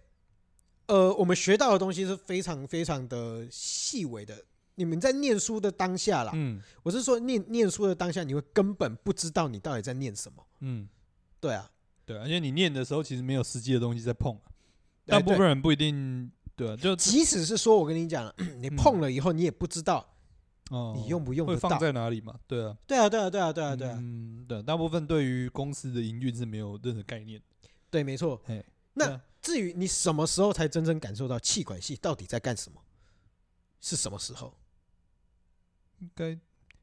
Speaker 1: 呃，我们学到的东西是非常非常的细微的。你们在念书的当下啦，
Speaker 2: 嗯
Speaker 1: 我是说念念书的当下，你会根本不知道你到底在念什么。
Speaker 2: 嗯，
Speaker 1: 对啊，
Speaker 2: 对啊，而且你念的时候其实没有实际的东西在碰啊，
Speaker 1: 哎
Speaker 2: 大部分
Speaker 1: 对
Speaker 2: 人不一定对啊，就
Speaker 1: 即使是说我跟你讲了，你碰了以后，你也不知道
Speaker 2: 嗯哦
Speaker 1: 你用不用
Speaker 2: 会
Speaker 1: 得到
Speaker 2: 放。在哪里嘛？对啊，
Speaker 1: 对啊，对啊，对啊，对啊，对啊，
Speaker 2: 嗯，对啊，大部分对于公司的营运是没有任何概念的。
Speaker 1: 对，没错
Speaker 2: 嘿。对
Speaker 1: 那
Speaker 2: 啊
Speaker 1: 至于你什么时候才真正感受到气管系到底在干什么，是什么时候？
Speaker 2: 应该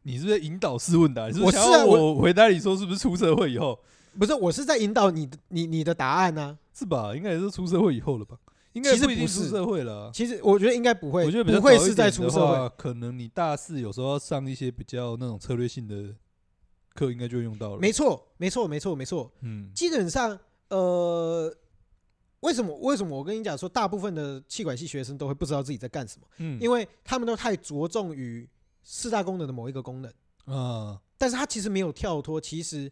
Speaker 2: 你是不是引导式问答？你是不
Speaker 1: 我
Speaker 2: 想
Speaker 1: 是啊
Speaker 2: 要
Speaker 1: 我
Speaker 2: 我回答你说是不是出社会以后
Speaker 1: 不是，我是在引导你的你你的答案啊呢、
Speaker 2: 是吧？应该也是出社会以后了吧？应该
Speaker 1: 其实
Speaker 2: 不一定
Speaker 1: 不
Speaker 2: 出
Speaker 1: 是
Speaker 2: 社会了啊。
Speaker 1: 其实我觉得应该不会，
Speaker 2: 我觉得比较
Speaker 1: 不会
Speaker 2: 早一
Speaker 1: 是在
Speaker 2: 点
Speaker 1: 出
Speaker 2: 的
Speaker 1: 社会
Speaker 2: 话，可能你大四有时候要上一些比较那种策略性的课，应该就会用到了。
Speaker 1: 没错，没错，没错，没错。
Speaker 2: 嗯，
Speaker 1: 基本上，呃，为什么为什么我跟你讲说，大部分的气管系学生都会不知道自己在干什么，
Speaker 2: 嗯
Speaker 1: 因为他们都太着重于四大功能的某一个功能，
Speaker 2: 啊，
Speaker 1: 但是他其实没有跳脱。其实，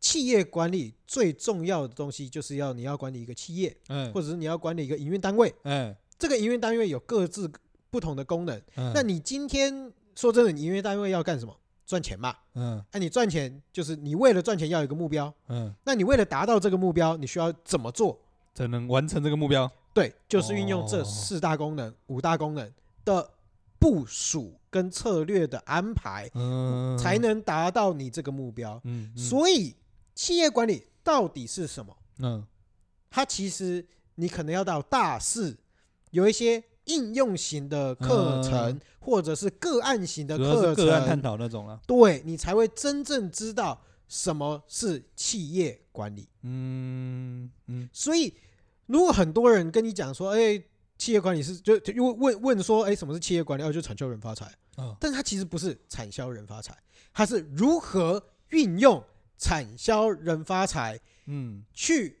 Speaker 1: 企业管理最重要的东西就是要你要管理一个企业，
Speaker 2: 哎
Speaker 1: 或者是你要管理一个营运单位。
Speaker 2: 哎
Speaker 1: 这个营运单位有各自不同的功能。
Speaker 2: 嗯，
Speaker 1: 那你今天说真的，你营运单位要干什么？赚钱嘛。
Speaker 2: 嗯
Speaker 1: 那、你赚钱就是你为了赚钱要有一个目标，
Speaker 2: 嗯
Speaker 1: 那你为了达到这个目标，你需要怎么做？
Speaker 2: 才能完成这个目标。
Speaker 1: 对，就是运用这
Speaker 2: 哦
Speaker 1: 四大功能、五大功能的部署跟策略的安排，
Speaker 2: 嗯，
Speaker 1: 才能达到你这个目标。
Speaker 2: 嗯，嗯，
Speaker 1: 所以，企业管理到底是什么？
Speaker 2: 嗯
Speaker 1: 它其实你可能要到大四，有一些应用型的课程
Speaker 2: 嗯，
Speaker 1: 或者是个案型的
Speaker 2: 主要
Speaker 1: 课
Speaker 2: 是个案探
Speaker 1: 程，
Speaker 2: 讨那种啦，
Speaker 1: 对你才会真正知道什么是企业管理。
Speaker 2: 嗯嗯
Speaker 1: 所以，如果很多人跟你讲说，哎，企业管理是就就问问问说，哎，什么是企业管理？哦，就产销人发财。
Speaker 2: 啊，
Speaker 1: 但它其实不是产销人发财，它是如何运用产销人发财
Speaker 2: 嗯
Speaker 1: 去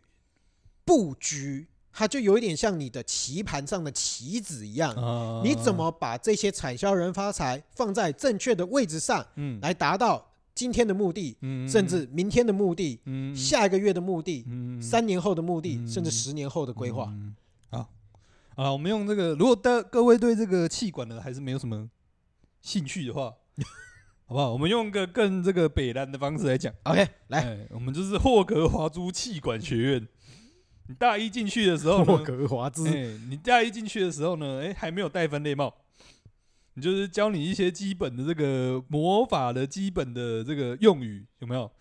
Speaker 1: 布局，它就有一点像你的棋盘上的棋子一样，
Speaker 2: 啊，
Speaker 1: 你怎么把这些产销人发财放在正确的位置上，
Speaker 2: 嗯
Speaker 1: 来达到今天的目的，
Speaker 2: 嗯，
Speaker 1: 甚至明天的目的，
Speaker 2: 嗯
Speaker 1: 下一个月的目的，
Speaker 2: 嗯
Speaker 1: 三年后的目的，
Speaker 2: 嗯
Speaker 1: 甚至十年后的规划。
Speaker 2: 嗯好啊，我们用这个，如果大各位对这个气管的还是没有什么兴趣的话，好不好？我们用个更这个北南的方式来讲，
Speaker 1: OK，来，
Speaker 2: 哎，我们就是霍格华兹气管学院。你大一进去的时候
Speaker 1: 霍
Speaker 2: 呢，
Speaker 1: 格华兹，
Speaker 2: 嗯哎，你大一进去的时候呢，哎，还没有戴分类帽，你就是教你一些基本的这个魔法的基本的这个用语，有没有？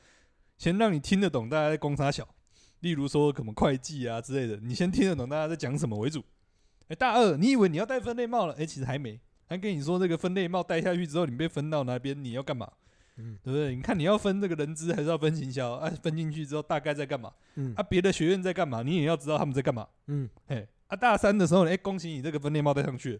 Speaker 2: 先让你听得懂大家在攻啥小，例如说什么会计啊之类的，你先听得懂大家在讲什么为主。哎，大二，你以为你要戴分类帽了？哎，其实还没，他跟你说这个分类帽戴下去之后，你被分到哪边，你要干嘛？
Speaker 1: 嗯
Speaker 2: 对不对？你看你要分这个人资还是要分行销啊？分进去之后大概在干嘛？
Speaker 1: 嗯
Speaker 2: 啊，别的学院在干嘛？你也要知道他们在干嘛。
Speaker 1: 嗯，
Speaker 2: 嘿，啊，大三的时候呢，哎、恭喜你这个分类帽戴上去了，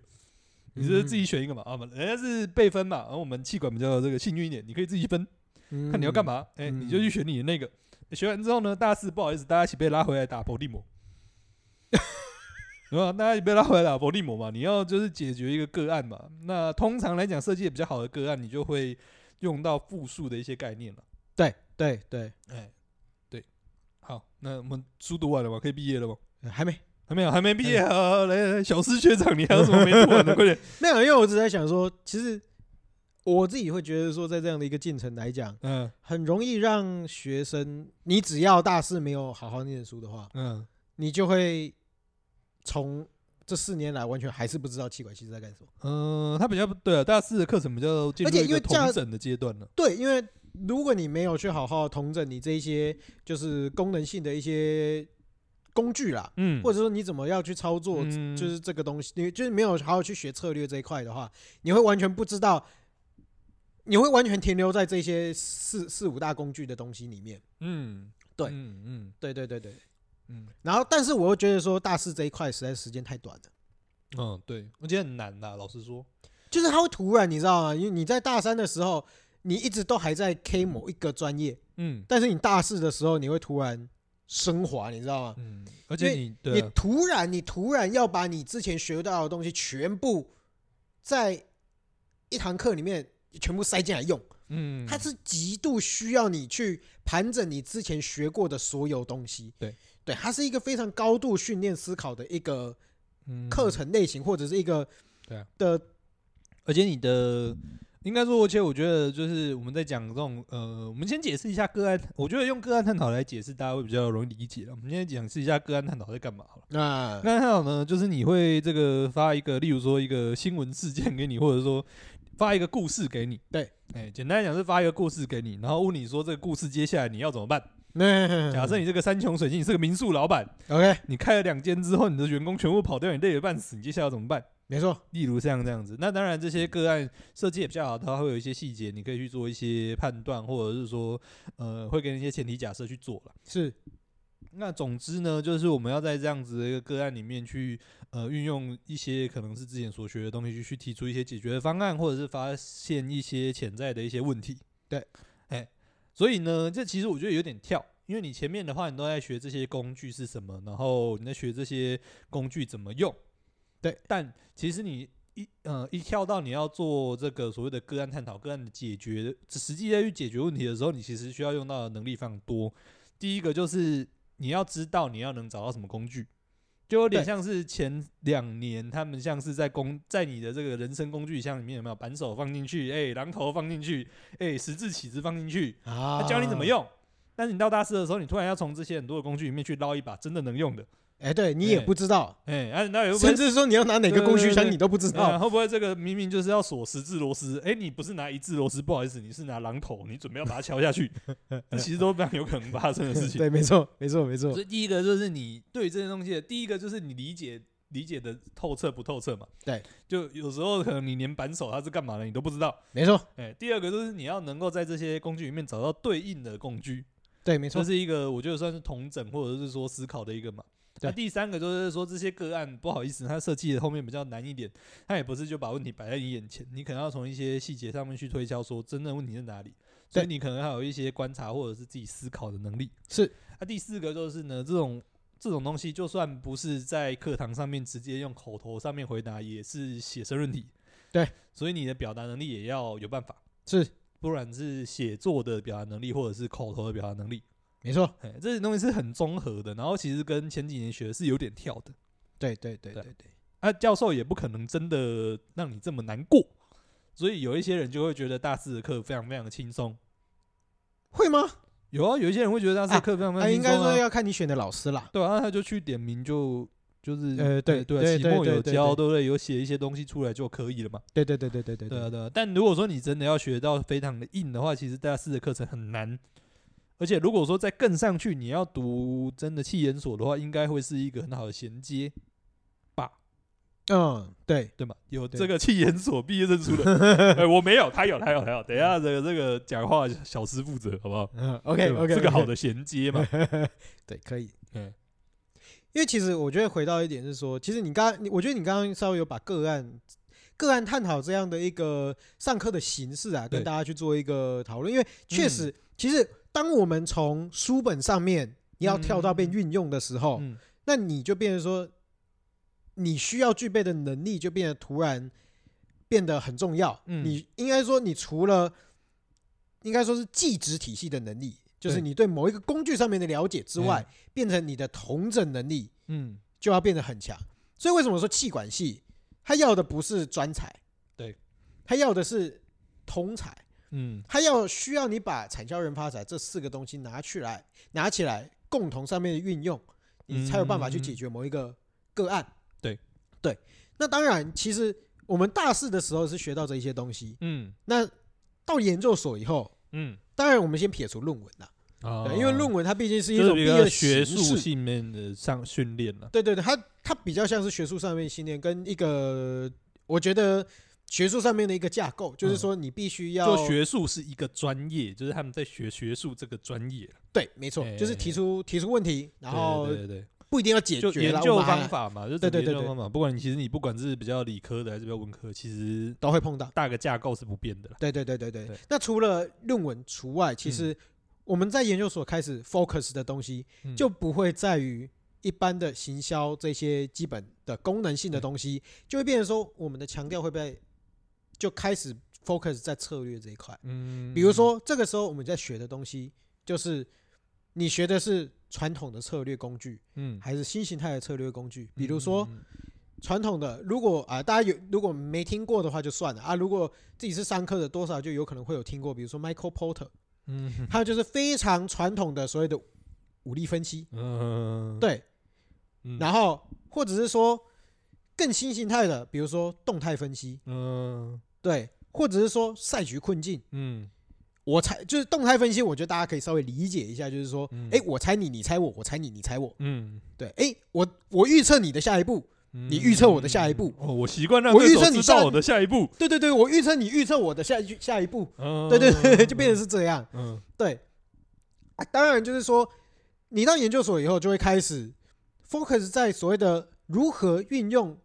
Speaker 1: 嗯
Speaker 2: 你是自己选一个嘛？啊，人家是被分嘛，然、后我们气管比较这个幸运一点，你可以自己分，
Speaker 1: 看
Speaker 2: 看你要干，嘛，哎、
Speaker 1: 嗯
Speaker 2: 你就去选你的那个。学完之后呢，大四不好意思，大家一起被拉回来打伏 地魔，对吧？大家一起被拉回来打伏地魔嘛，你要就是解决一个个案嘛。那通常来讲，设计的比较好的个案，你就会用到复数的一些概念了。
Speaker 1: 对对对，
Speaker 2: 哎，对，好，那我们书读完了吗？可以毕业了吗？
Speaker 1: 呃还没。
Speaker 2: 还没有，还没毕业
Speaker 1: 哎
Speaker 2: 啊！来来，来小思学长，你还有什么没读完的？快点！
Speaker 1: 没有，因为我只是在想说，其实我自己会觉得说，在这样的一个进程来讲，
Speaker 2: 嗯
Speaker 1: 很容易让学生，你只要大四没有好好念书的话，
Speaker 2: 嗯，
Speaker 1: 你就会从这四年来完全还是不知道气管系是在干什么。
Speaker 2: 呃，他比较对啊，大四的课程比较进
Speaker 1: 而且
Speaker 2: 入一
Speaker 1: 因为
Speaker 2: 个
Speaker 1: 这样
Speaker 2: 同整的阶段了。
Speaker 1: 对，因为如果你没有去好好统整你这一些就是功能性的一些工具啦，
Speaker 2: 嗯
Speaker 1: 或者说你怎么要去操作，
Speaker 2: 嗯
Speaker 1: 就是这个东西，你就是没有好好去学策略这一块的话，你会完全不知道，你会完全停留在这些四四五大工具的东西里面。
Speaker 2: 嗯，
Speaker 1: 对
Speaker 2: 嗯嗯
Speaker 1: 对对对对。
Speaker 2: 嗯
Speaker 1: 然后，但是我又觉得说大四这一块实在时间太短了，
Speaker 2: 嗯，对，我觉得很难啦，老实说。
Speaker 1: 就是它会突然，你知道吗？因为你在大三的时候，你一直都还在 K 某一个专业，
Speaker 2: 嗯
Speaker 1: 但是你大四的时候，你会突然升华，你知道吗？
Speaker 2: 嗯，而
Speaker 1: 因
Speaker 2: 且
Speaker 1: 为
Speaker 2: 你
Speaker 1: 你
Speaker 2: 对啊
Speaker 1: 突然，你突然要把你之前学到的东西全部在一堂课里面全部塞进来用，
Speaker 2: 嗯，
Speaker 1: 它是极度需要你去盘整你之前学过的所有东西。
Speaker 2: 对，
Speaker 1: 对，它是一个非常高度训练思考的一个
Speaker 2: 嗯
Speaker 1: 课，程类型，或者是一个
Speaker 2: 对啊
Speaker 1: 的
Speaker 2: 而且你的应该说，而且我觉得就是我们在讲这种呃，我们先解释一下个案，我觉得用个案探讨来解释，大家会比较容易理解啊了。我们先解释一下个案探讨在干嘛好了。
Speaker 1: 啊，
Speaker 2: 那还有呢，就是你会这个发一个，例如说一个新闻事件给你，或者说发一个故事给你。
Speaker 1: 对，
Speaker 2: 哎、简单来讲是发一个故事给你，然后问你说这个故事接下来你要怎么办？
Speaker 1: 那
Speaker 2: 假设你这个山穷水尽，你是个民宿老板，
Speaker 1: OK，
Speaker 2: 你开了两间之后，你的员工全部跑掉，你累得半死，你接下来要怎么办？
Speaker 1: 没错，
Speaker 2: 例如像这样子，那当然这些个案设计也比较好，它会有一些细节，你可以去做一些判断，或者是说，呃，会给你一些前提假设去做了。
Speaker 1: 是
Speaker 2: 那总之呢，就是我们要在这样子的一个个案里面去，呃，运用一些可能是之前所学的东西，去去提出一些解决的方案，或者是发现一些潜在的一些问题。
Speaker 1: 对，
Speaker 2: 哎，所以呢，这其实我觉得有点跳，因为你前面的话，你都在学这些工具是什么，然后你在学这些工具怎么用。
Speaker 1: 对，
Speaker 2: 但其实你一呃一跳到你要做这个所谓的个案探讨、个案的解决，实际在去解决问题的时候，你其实需要用到的能力非常多。第一个就是你要知道你要能找到什么工具，就有点
Speaker 1: 对
Speaker 2: 像是前两年他们像是在工在你的这个人生工具箱里面有没有扳手放进去，哎、榔头放进去，哎、十字起子放进去，
Speaker 1: 啊
Speaker 2: 他教你怎么用。但是你到大四的时候，你突然要从这些很多的工具里面去捞一把真的能用的，
Speaker 1: 哎，对你也不知道，
Speaker 2: 哎、啊，那有
Speaker 1: 甚至说哦你要拿哪个工具
Speaker 2: 对对
Speaker 1: 箱
Speaker 2: 对
Speaker 1: 你都不知
Speaker 2: 啊，
Speaker 1: 道。
Speaker 2: 会不会这个明明就是要锁十字螺丝？哎、你不是拿一字螺丝，不好意思，你是拿榔头，你准备要把它敲下去， 这其实都非常有可能发生的事情。
Speaker 1: 对，没错，没错，没错
Speaker 2: 所。以第一个就是你对于这些东西的，第一个就是你理解理解的透彻不透彻嘛？
Speaker 1: 对，
Speaker 2: 就有时候可能你连扳手它是干嘛的你都不知道。
Speaker 1: 没错，
Speaker 2: 哎、第二个就是你要能够在这些工具里面找到对应的工具，
Speaker 1: 对，没
Speaker 2: 这
Speaker 1: 错，
Speaker 2: 是一个我觉得算是同整或者是说思考的一个嘛。那、
Speaker 1: 对
Speaker 2: 第三个就是说这些个案不好意思，它设计的后面比较难一点，它也不是就把问题摆在你眼前，你可能要从一些细节上面去推敲，说真正问题在哪里。所以
Speaker 1: 对
Speaker 2: 你可能还有一些观察或者是自己思考的能力。
Speaker 1: 是
Speaker 2: 那、啊第四个就是呢，这种这种东西，就算不是在课堂上面直接用口头上面回答，也是写申论题。
Speaker 1: 对，
Speaker 2: 所以你的表达能力也要有办法，
Speaker 1: 是
Speaker 2: 不然是写作的表达能力，或者是口头的表达能力。
Speaker 1: 没错，
Speaker 2: 哎，这些东西是很综合的，然后其实跟前几年学的是有点跳的。
Speaker 1: 对对对
Speaker 2: 对
Speaker 1: 对对，
Speaker 2: 啊，教授也不可能真的让你这么难过，所以有一些人就会觉得大四的课非常非常的轻松。
Speaker 1: 会吗？
Speaker 2: 有啊，有一些人会觉得大四的课非常非
Speaker 1: 啊，
Speaker 2: 常
Speaker 1: 应
Speaker 2: 轻松、
Speaker 1: 该
Speaker 2: 啊
Speaker 1: 说要看你选的老师啦。
Speaker 2: 对啊，他就去点名就就是
Speaker 1: 呃对
Speaker 2: 对啊，
Speaker 1: 对
Speaker 2: 期
Speaker 1: 对
Speaker 2: 末
Speaker 1: 对
Speaker 2: 有
Speaker 1: 对
Speaker 2: 交，
Speaker 1: 对
Speaker 2: 对不对？有写一些东西出来就可以了嘛。
Speaker 1: 对对对对对对
Speaker 2: 对啊，对啊。但如果说你真的要学到非常的硬的话，其实大四的课程很难。而且如果说再更上去，你要读真的气研所的话，应该会是一个很好的衔接，
Speaker 1: 嗯，对，
Speaker 2: 对吗？有
Speaker 1: 对
Speaker 2: 这个气研所毕业证书 的，哎，我没有，他有，他有，他有。等一下，这个这个讲话小师负责，好不好
Speaker 1: 嗯
Speaker 2: 对
Speaker 1: ，OK
Speaker 2: 吧
Speaker 1: OK，
Speaker 2: 是 个好的衔接嘛。
Speaker 1: 对，可以。
Speaker 2: 嗯
Speaker 1: 因为其实我觉得回到一点是说，其实你刚，你我觉得你刚刚稍微有把个案、个案探讨这样的一个上课的形式啊，跟
Speaker 2: 对
Speaker 1: 大家去做一个讨论。因为确实，其实当我们从书本上面要跳到被
Speaker 2: 嗯
Speaker 1: 运用的时候，
Speaker 2: 嗯，
Speaker 1: 那你就变成说，你需要具备的能力就变得突然变得很重要。
Speaker 2: 嗯
Speaker 1: 你应该说，你除了应该说是技职体系的能力，就是
Speaker 2: 对
Speaker 1: 你对某一个工具上面的了解之外，变成你的同整能力
Speaker 2: 嗯，
Speaker 1: 就要变得很强。所以为什么说气管系他要的不是专才，
Speaker 2: 对，
Speaker 1: 他要的是通才。
Speaker 2: 嗯
Speaker 1: 他要需要你把产销人发财这四个东西拿去来拿起来，共同上面的运用，你才有办法去解决某一个个案。
Speaker 2: 对
Speaker 1: 对，那当然，其实我们大四的时候是学到这一些东西，
Speaker 2: 嗯
Speaker 1: 那到研究所以后，
Speaker 2: 嗯
Speaker 1: 当然我们先撇除论文啦，
Speaker 2: 嗯，
Speaker 1: 对，因为论文它毕竟是一
Speaker 2: 就是
Speaker 1: 种
Speaker 2: 比
Speaker 1: 毕
Speaker 2: 较
Speaker 1: 业
Speaker 2: 学
Speaker 1: 形
Speaker 2: 术
Speaker 1: 式
Speaker 2: 性面的上训练啊了。
Speaker 1: 对对对，它它比较像是学术上面的训练，跟一个我觉得学术上面的一个架构，就是
Speaker 2: 嗯
Speaker 1: 说你必须要
Speaker 2: 做学术是一个专业，就是他们在学学术这个专业啦。
Speaker 1: 对，没错，就是提出提出问题，然后
Speaker 2: 哎对对对
Speaker 1: 不一定要解
Speaker 2: 对，就
Speaker 1: 决啦
Speaker 2: 研究
Speaker 1: 我们还
Speaker 2: 方法嘛，就
Speaker 1: 对
Speaker 2: 整个
Speaker 1: 对对
Speaker 2: 研究
Speaker 1: 对
Speaker 2: 方法。不管你其实你不管是比较理科的还是比较文科，其实
Speaker 1: 都会碰到。
Speaker 2: 大个架构是不变的啦。
Speaker 1: 对对对对对
Speaker 2: 对。
Speaker 1: 那除了论文除外，其实我们在研究所开始 focus 的东西，
Speaker 2: 嗯
Speaker 1: 就不会在于一般的行销这些基本的功能
Speaker 2: 嗯
Speaker 1: 性的东西，就会变成说我们的强调会被就开始 focus 在策略这一块。
Speaker 2: 嗯
Speaker 1: 比如说，这个时候我们在学的东西，就是你学的是传统的策略工具，
Speaker 2: 嗯，嗯，
Speaker 1: 还是新形态的策略工具？比如说，
Speaker 2: 嗯，
Speaker 1: 传统的，如果啊、大家有如果没听过的话就算了啊，如果自己是上课的，多少就有可能会有听过，比如说 Michael Porter，
Speaker 2: 嗯嗯
Speaker 1: 他就是非常传统的所谓的武力分析，
Speaker 2: 嗯，
Speaker 1: 对，
Speaker 2: 嗯，
Speaker 1: 然后或者是说更新形态的，比如说动态分析，
Speaker 2: 嗯
Speaker 1: 对，或者是说赛局困境，
Speaker 2: 嗯
Speaker 1: 我猜就是动态分析，我觉得大家可以稍微理解一下，就是说，
Speaker 2: 嗯
Speaker 1: 哎，我猜你，你猜我，我猜你，你猜我，
Speaker 2: 嗯，
Speaker 1: 对，哎，我我预测你的下一步，
Speaker 2: 你
Speaker 1: 你预测我的下一步
Speaker 2: 哦，我习惯让
Speaker 1: 我
Speaker 2: 对
Speaker 1: 预
Speaker 2: 手
Speaker 1: 测
Speaker 2: 知
Speaker 1: 你
Speaker 2: 道
Speaker 1: 下
Speaker 2: 我的下一步。
Speaker 1: 对对对，我预测你预测我的下一句下一步， 对
Speaker 2: 对
Speaker 1: 对对，就变成是这样。
Speaker 2: 嗯
Speaker 1: 对，啊、当然就是说，你到研究所以后就会开始 focus 在所谓的如何运用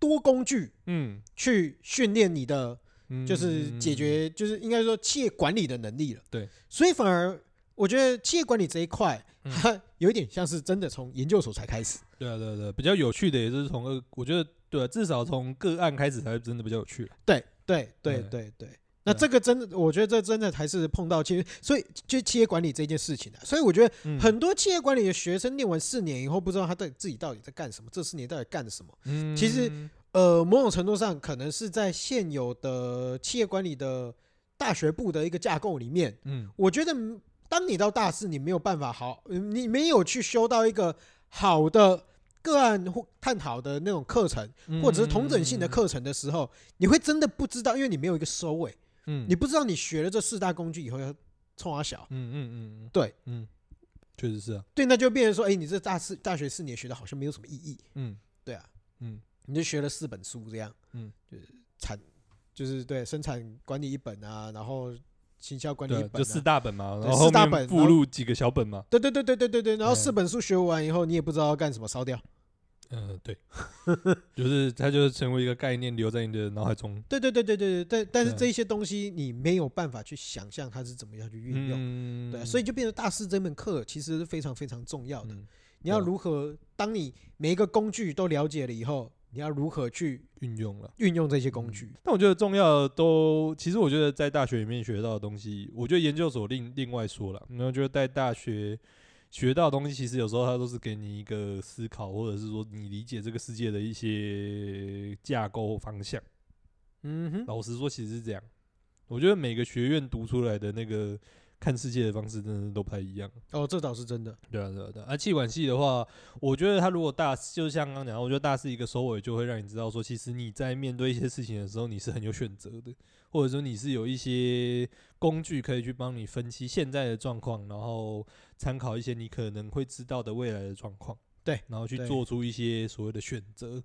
Speaker 1: 多工具
Speaker 2: 嗯
Speaker 1: 去训练你的，
Speaker 2: 嗯，
Speaker 1: 就是解决，就是应该说企业管理的能力了。
Speaker 2: 对，
Speaker 1: 所以反而我觉得企业管理这一块，
Speaker 2: 嗯
Speaker 1: 它有一点像是真的从研究所才开始。
Speaker 2: 对啊，对啊，对啊，比较有趣的也就是从呃，我觉得对啊、至少从个案开始才真的比较有趣了。啊
Speaker 1: 对对对
Speaker 2: 嗯
Speaker 1: 对对。那这个真的，我觉得这真的还是碰到，其实所以就企业管理这件事情啊，所以我觉得
Speaker 2: 嗯
Speaker 1: 很多企业管理的学生念完四年以后，不知道他到底自己到底在干什么，这四年到底干什么？
Speaker 2: 嗯
Speaker 1: 其实呃，某种程度上，可能是在现有的企业管理的大学部的一个架构里面，
Speaker 2: 嗯
Speaker 1: 我觉得当你到大四，你没有办法好，你没有去修到一个好的个案或探讨的那种课程，
Speaker 2: 嗯
Speaker 1: 或者是同整性的课程的时候，你会真的不知道，因为你没有一个收尾，
Speaker 2: 嗯，
Speaker 1: 你不知道你学了这四大工具以后要冲啊小，
Speaker 2: 嗯嗯嗯，
Speaker 1: 对，
Speaker 2: 嗯，确实是啊，
Speaker 1: 对，那就变成说，哎，你这大四大学四年学的好像没有什么意义，
Speaker 2: 嗯
Speaker 1: 对啊，
Speaker 2: 嗯，
Speaker 1: 你就学了四本书这样，
Speaker 2: 嗯，
Speaker 1: 就是产，就是对生产管理一本啊，然后行销管理一
Speaker 2: 对
Speaker 1: 本、
Speaker 2: 啊，
Speaker 1: 啊，
Speaker 2: 就四大本嘛，
Speaker 1: 对
Speaker 2: 然后
Speaker 1: 四大
Speaker 2: 后面
Speaker 1: 本然
Speaker 2: 附
Speaker 1: 后
Speaker 2: 录几个小本嘛，
Speaker 1: 对对对对对对对，然后
Speaker 2: 嗯
Speaker 1: 四本书学完以后，你也不知道要干什么，烧掉。
Speaker 2: 呃，
Speaker 1: 嗯
Speaker 2: 对， 就是它就是成为一个概念留在你的脑海中，
Speaker 1: 对对对对对对，但但是
Speaker 2: 对
Speaker 1: 这一些东西你没有办法去想象它是怎么样去运用，
Speaker 2: 嗯，
Speaker 1: 对啊，所以
Speaker 2: 以
Speaker 1: 就变成大师这门课其实是非常非常重要的。你
Speaker 2: 对
Speaker 1: 要
Speaker 2: 啊
Speaker 1: 如何，当你每一个工具都了解了以后，你要如何去
Speaker 2: 运用了。
Speaker 1: 运用这些工具？
Speaker 2: 但我觉得重要的都，其实我觉得在大学里面学到的东西，我觉得研究所另另外说了，然后觉得在大学学到的东西，其实有时候它都是给你一个思考，或者是说你理解这个世界的一些架构方向。
Speaker 1: 嗯哼，
Speaker 2: 老实说，其实是这样。我觉得每个学院读出来的那个看世界的方式，真的都不太一样。
Speaker 1: 哦，这倒是真的。
Speaker 2: 对啊，对啊，对啊。而气管系的话，我觉得他如果大，就像刚刚讲的，我觉得大四一个收尾，就会让你知道说，其实你在面对一些事情的时候，你是很有选择的，或者说你是有一些工具可以去帮你分析现在的状况，然后参考一些你可能会知道的未来的状况，
Speaker 1: 对，
Speaker 2: 然后去
Speaker 1: 对
Speaker 2: 做出一些所谓的选择。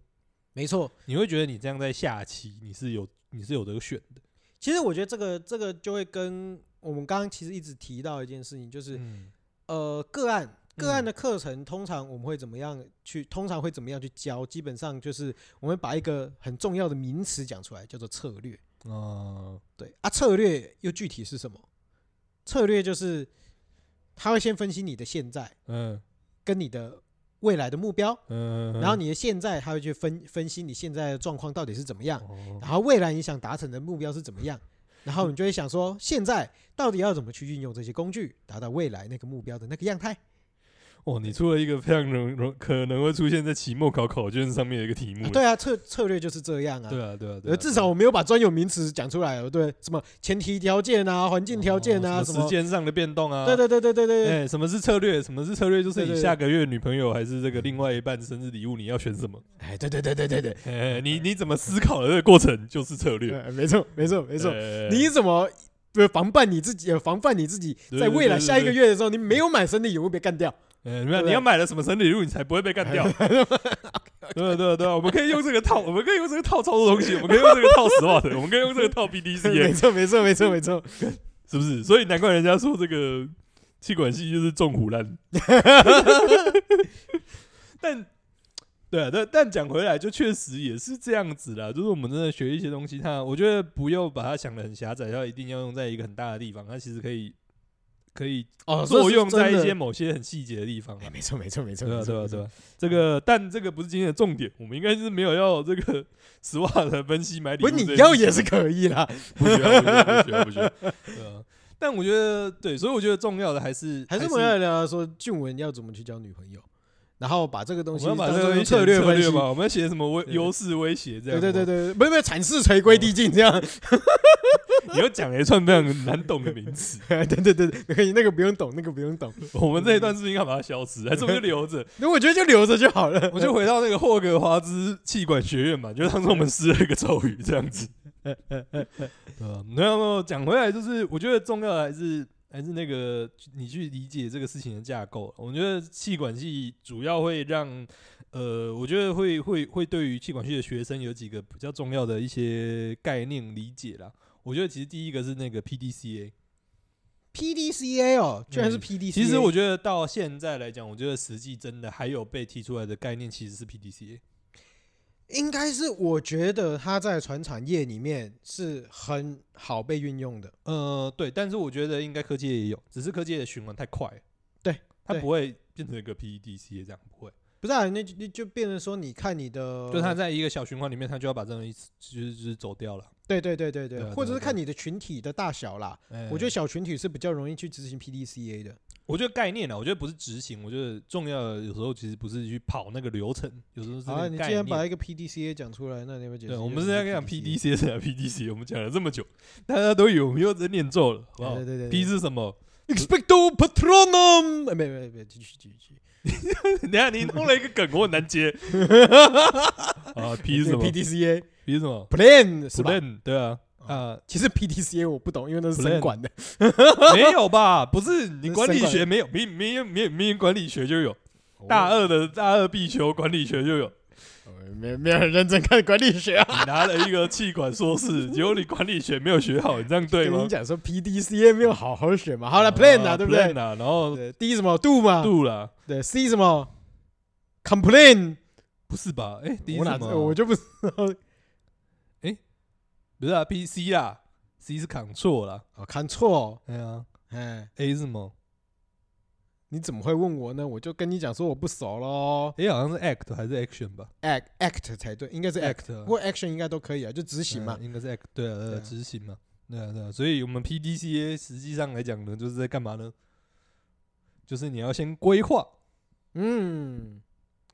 Speaker 1: 没错，
Speaker 2: 你会觉得你这样在下棋，你是有你是有得选的，
Speaker 1: 其实我觉得这个这个就会跟我们刚刚其实一直提到一件事情，就是、
Speaker 2: 嗯
Speaker 1: 呃个案。个案
Speaker 2: 嗯
Speaker 1: 的课程通常我们会怎么样去？通常会怎么样去教？基本上就是我们把一个很重要的名词讲出来，叫做策略。
Speaker 2: 啊，
Speaker 1: 对啊，策略又具体是什么？策略就是他会先分析你的现在
Speaker 2: 嗯
Speaker 1: 跟你的未来的目标，
Speaker 2: 嗯，
Speaker 1: 然后你的现在他会去分分析你现在的状况到底是怎么样，
Speaker 2: 哦
Speaker 1: 然后未来你想达成的目标是怎么样，然后你就会想说，现在到底要怎么去运用这些工具，达到未来那个目标的那个样态？
Speaker 2: 哦，你出了一个非常容容可能会出现在期末考考卷上面的一个题目
Speaker 1: 啊
Speaker 2: 了。
Speaker 1: 对啊，策策略就是这样啊。
Speaker 2: 对啊，对啊，对啊，
Speaker 1: 呃，至少我没有把专有名词讲出来哦，对，什么前提条件啊、环境条件啊，
Speaker 2: 哦
Speaker 1: 什
Speaker 2: 什
Speaker 1: 么
Speaker 2: 么时，间上的变动啊，
Speaker 1: 对对对对对对，
Speaker 2: 哎，什么是策略？什么是策略？就是
Speaker 1: 对
Speaker 2: 你
Speaker 1: 对嗯
Speaker 2: 下个月女朋友还是这个另外一半生日礼物，你要选什么？
Speaker 1: 哎，对对对对对嗯对，
Speaker 2: 哎，你你怎么思考的这个过程就是策略，哎
Speaker 1: 呃没错没错没
Speaker 2: 没
Speaker 1: 错，你怎么呃防范你自己，呃防范你自己
Speaker 2: 对
Speaker 1: 在未来
Speaker 2: 对对
Speaker 1: 下一个
Speaker 2: 对
Speaker 1: 月的时候，你没有买生日礼物被干掉？
Speaker 2: 哎，你
Speaker 1: 对啊
Speaker 2: 看
Speaker 1: 不
Speaker 2: 你
Speaker 1: 对
Speaker 2: 要买了什么生日礼物，你才不会 被干掉？对啊对啊对啊，我们可以用这个套，我们可以用这个套操作东西，我们可以用这个套 SWOT，我们 可以用这个套 BDCA，
Speaker 1: 没错没错没错没错，
Speaker 2: 是不是？所以难怪人家说这个气管系就是重虎烂。 但对啊，但但讲回来，就确实也是这样子啦。就是我们真的学一些东西，它我觉得不要把它想的很狭窄，要一定要用在一个很大的地方，它其实可以可以
Speaker 1: 哦
Speaker 2: 作用在一些
Speaker 1: 些，
Speaker 2: 某些很细节的地方啊
Speaker 1: 哎，。没错没错没错，
Speaker 2: 对啊，
Speaker 1: 没错
Speaker 2: 对啊，
Speaker 1: 没错
Speaker 2: 对啊，这个但这个不是今天的重点，我们应该是没有要这个 SWOT 的分析买礼
Speaker 1: 不
Speaker 2: 物
Speaker 1: 是
Speaker 2: 这件事情。
Speaker 1: 你要也是可以 啦，
Speaker 2: 不需要，不需要，不需要，不需要。 对啊，但我觉得对，所以我觉得重要的还是
Speaker 1: 还是我们要聊说俊文要怎么去交女朋友，然后把这个
Speaker 2: 我
Speaker 1: 东
Speaker 2: 们
Speaker 1: 西
Speaker 2: 要把
Speaker 1: 当
Speaker 2: 这
Speaker 1: 作
Speaker 2: 个
Speaker 1: 策略分析
Speaker 2: 略，嘛，我们要写什么威
Speaker 1: 对
Speaker 2: 优势威胁这
Speaker 1: 对
Speaker 2: 样。
Speaker 1: 对对，对，不是不是阐释锤
Speaker 2: 哦
Speaker 1: 归地境这样，
Speaker 2: 你又讲了一串非常难懂的名 词，
Speaker 1: 对对对，对可以那个不用懂，那个不用懂，
Speaker 2: 我们这一段是不是应该把它消失，还是我们就留着？
Speaker 1: 那我觉得就留着就好了，
Speaker 2: 我就回到那个霍格华兹气管学院嘛，就当时我们施了一个咒语这样子。对啊，没有没有，讲回来就是，我觉得重要的还是还是那个你去理解这个事情的架构。啊我觉得气管系主要会让呃，我觉得会会会对于气管系的学生有几个比较重要的一些概念理解啦。我觉得其实第一个是那个 PDCA，
Speaker 1: PDCA 哦，居然是
Speaker 2: 嗯
Speaker 1: PDCA，
Speaker 2: 其实我觉得到现在来讲，我觉得实际真的还有被提出来的概念其实是 PDCA。
Speaker 1: 应该是我觉得它在船产业里面是很好被运用的。
Speaker 2: 呃，对，但是我觉得应该科技也有，只是科技的循环太快了，
Speaker 1: 对，
Speaker 2: 它
Speaker 1: 对
Speaker 2: 不会变成一个 PEDC 这样，不会，
Speaker 1: 不是、啊，那就就变成说，你看你的，
Speaker 2: 就它在一个小循环里面，它就要把这种一次就是就是走掉了。
Speaker 1: 对对对对
Speaker 2: 对啊对
Speaker 1: 对，
Speaker 2: 啊
Speaker 1: 或者是看你的群体的大小啦。我觉得
Speaker 2: 得，
Speaker 1: 小群体是比较容易去执行 PDCA 的。
Speaker 2: 我觉得概念啊，我觉得不是执行，我觉得重要的有时候其实不是去跑那个流程，有时候是
Speaker 1: 好、啊，
Speaker 2: 那个
Speaker 1: 你
Speaker 2: 概
Speaker 1: 既然
Speaker 2: 念。
Speaker 1: 把一个 PDCA 讲出来，那你们解释一
Speaker 2: 对，
Speaker 1: 下。
Speaker 2: 我们是在讲 E
Speaker 1: PDCA
Speaker 2: 啊 PDC 是 PDC，我们讲了这么久，大家都以为我们又在念咒了，好不好
Speaker 1: 对对对对
Speaker 2: ？P 是什么
Speaker 1: Expecto Patronum，哎没没没，继续继续继续。
Speaker 2: 等一下你弄了一个梗，我很 难接啊。P 是什么
Speaker 1: PDCA
Speaker 2: ？P E 是什么
Speaker 1: Plan E 是吧？哦
Speaker 2: ？Plan 对啊啊，
Speaker 1: 其实 PDCA 我不懂，因为那是
Speaker 2: Plan
Speaker 1: 生管的。
Speaker 2: 没有吧？不是你管理
Speaker 1: 那是
Speaker 2: 学没有，民民民民管理学就有，大二的大二必修管理 学就有。
Speaker 1: 哦，没没有人认真看管理学啊。
Speaker 2: 你拿了一个气管硕士，结果你管理学没有学好，你这样对
Speaker 1: 跟
Speaker 2: 吗
Speaker 1: 你？讲说 PDCA 没有好好选嘛，好了 Plan 啊，对不对？
Speaker 2: 啊，然后
Speaker 1: 对，D 什么 Do 嘛，
Speaker 2: 度啦，
Speaker 1: 对，C 什么 Complain，
Speaker 2: 不是吧？哎，第一
Speaker 1: 我哪
Speaker 2: 什
Speaker 1: 知
Speaker 2: 么？
Speaker 1: 我就不知道。
Speaker 2: 不是啊，P C 啦，C 是 Ctrl 啦，
Speaker 1: 哦，看错，
Speaker 2: 哎呀
Speaker 1: 哎，
Speaker 2: ，A 是什么
Speaker 1: 你怎么会问我呢？我就跟你讲说我不熟喽。
Speaker 2: ？A 好像是 Act 还是 Action 吧
Speaker 1: Act Act 才对，应该是 Act，
Speaker 2: ？Act 啊
Speaker 1: 不过 Action 应该都可以啊，就执行嘛
Speaker 2: 嗯。应该是 Act 对啊，对
Speaker 1: 对
Speaker 2: 啊
Speaker 1: 啊
Speaker 2: 执行嘛，对啊对啊，所以我们 P D C A 实际上来讲呢，就是在干嘛呢？就是你要先规划，
Speaker 1: 嗯，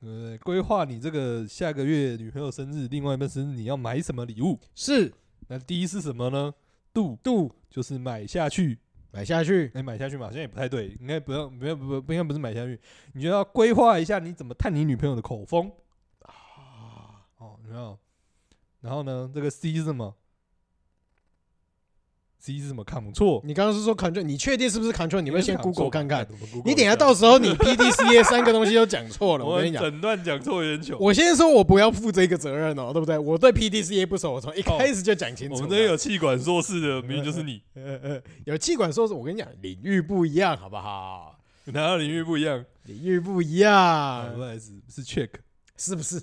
Speaker 2: 对不对？规划你这个下个月女朋友生日，另外一半生日你要买什么礼物？
Speaker 1: 是
Speaker 2: 那第一是什么呢？度
Speaker 1: 度
Speaker 2: 就是买下去，
Speaker 1: 买下去
Speaker 2: 哎、买下去嘛，好像也不太对，应该不要，没有不不应该不是买下去，你就要规划一下你怎么探你女朋友的口风
Speaker 1: 啊，
Speaker 2: 哦，你知道？然后呢，这个 C 是什么？C 是什么？Ctrl，
Speaker 1: 你刚刚是说 Control，你确定是不是 Control？你会先 Google 看看。
Speaker 2: 我 Google
Speaker 1: 你
Speaker 2: 一
Speaker 1: 等一下到时候你 PDCA 三个东西都讲错 了，我
Speaker 2: 我
Speaker 1: 跟你讲。
Speaker 2: 诊断讲错有点糗。
Speaker 1: 我先说，我不要负这个责任哦，对不对？我对 PDCA 不熟，我从一开始就讲清楚
Speaker 2: 我
Speaker 1: 了。
Speaker 2: 们这边有气管硕士的，明明就是 你，
Speaker 1: 呃呃，有气管说，我跟你讲，领域不一样，好不好？
Speaker 2: 哪有领域不一样？
Speaker 1: 领域不一
Speaker 2: 啊，不
Speaker 1: 样，
Speaker 2: 好意思，是 check，check
Speaker 1: 是不是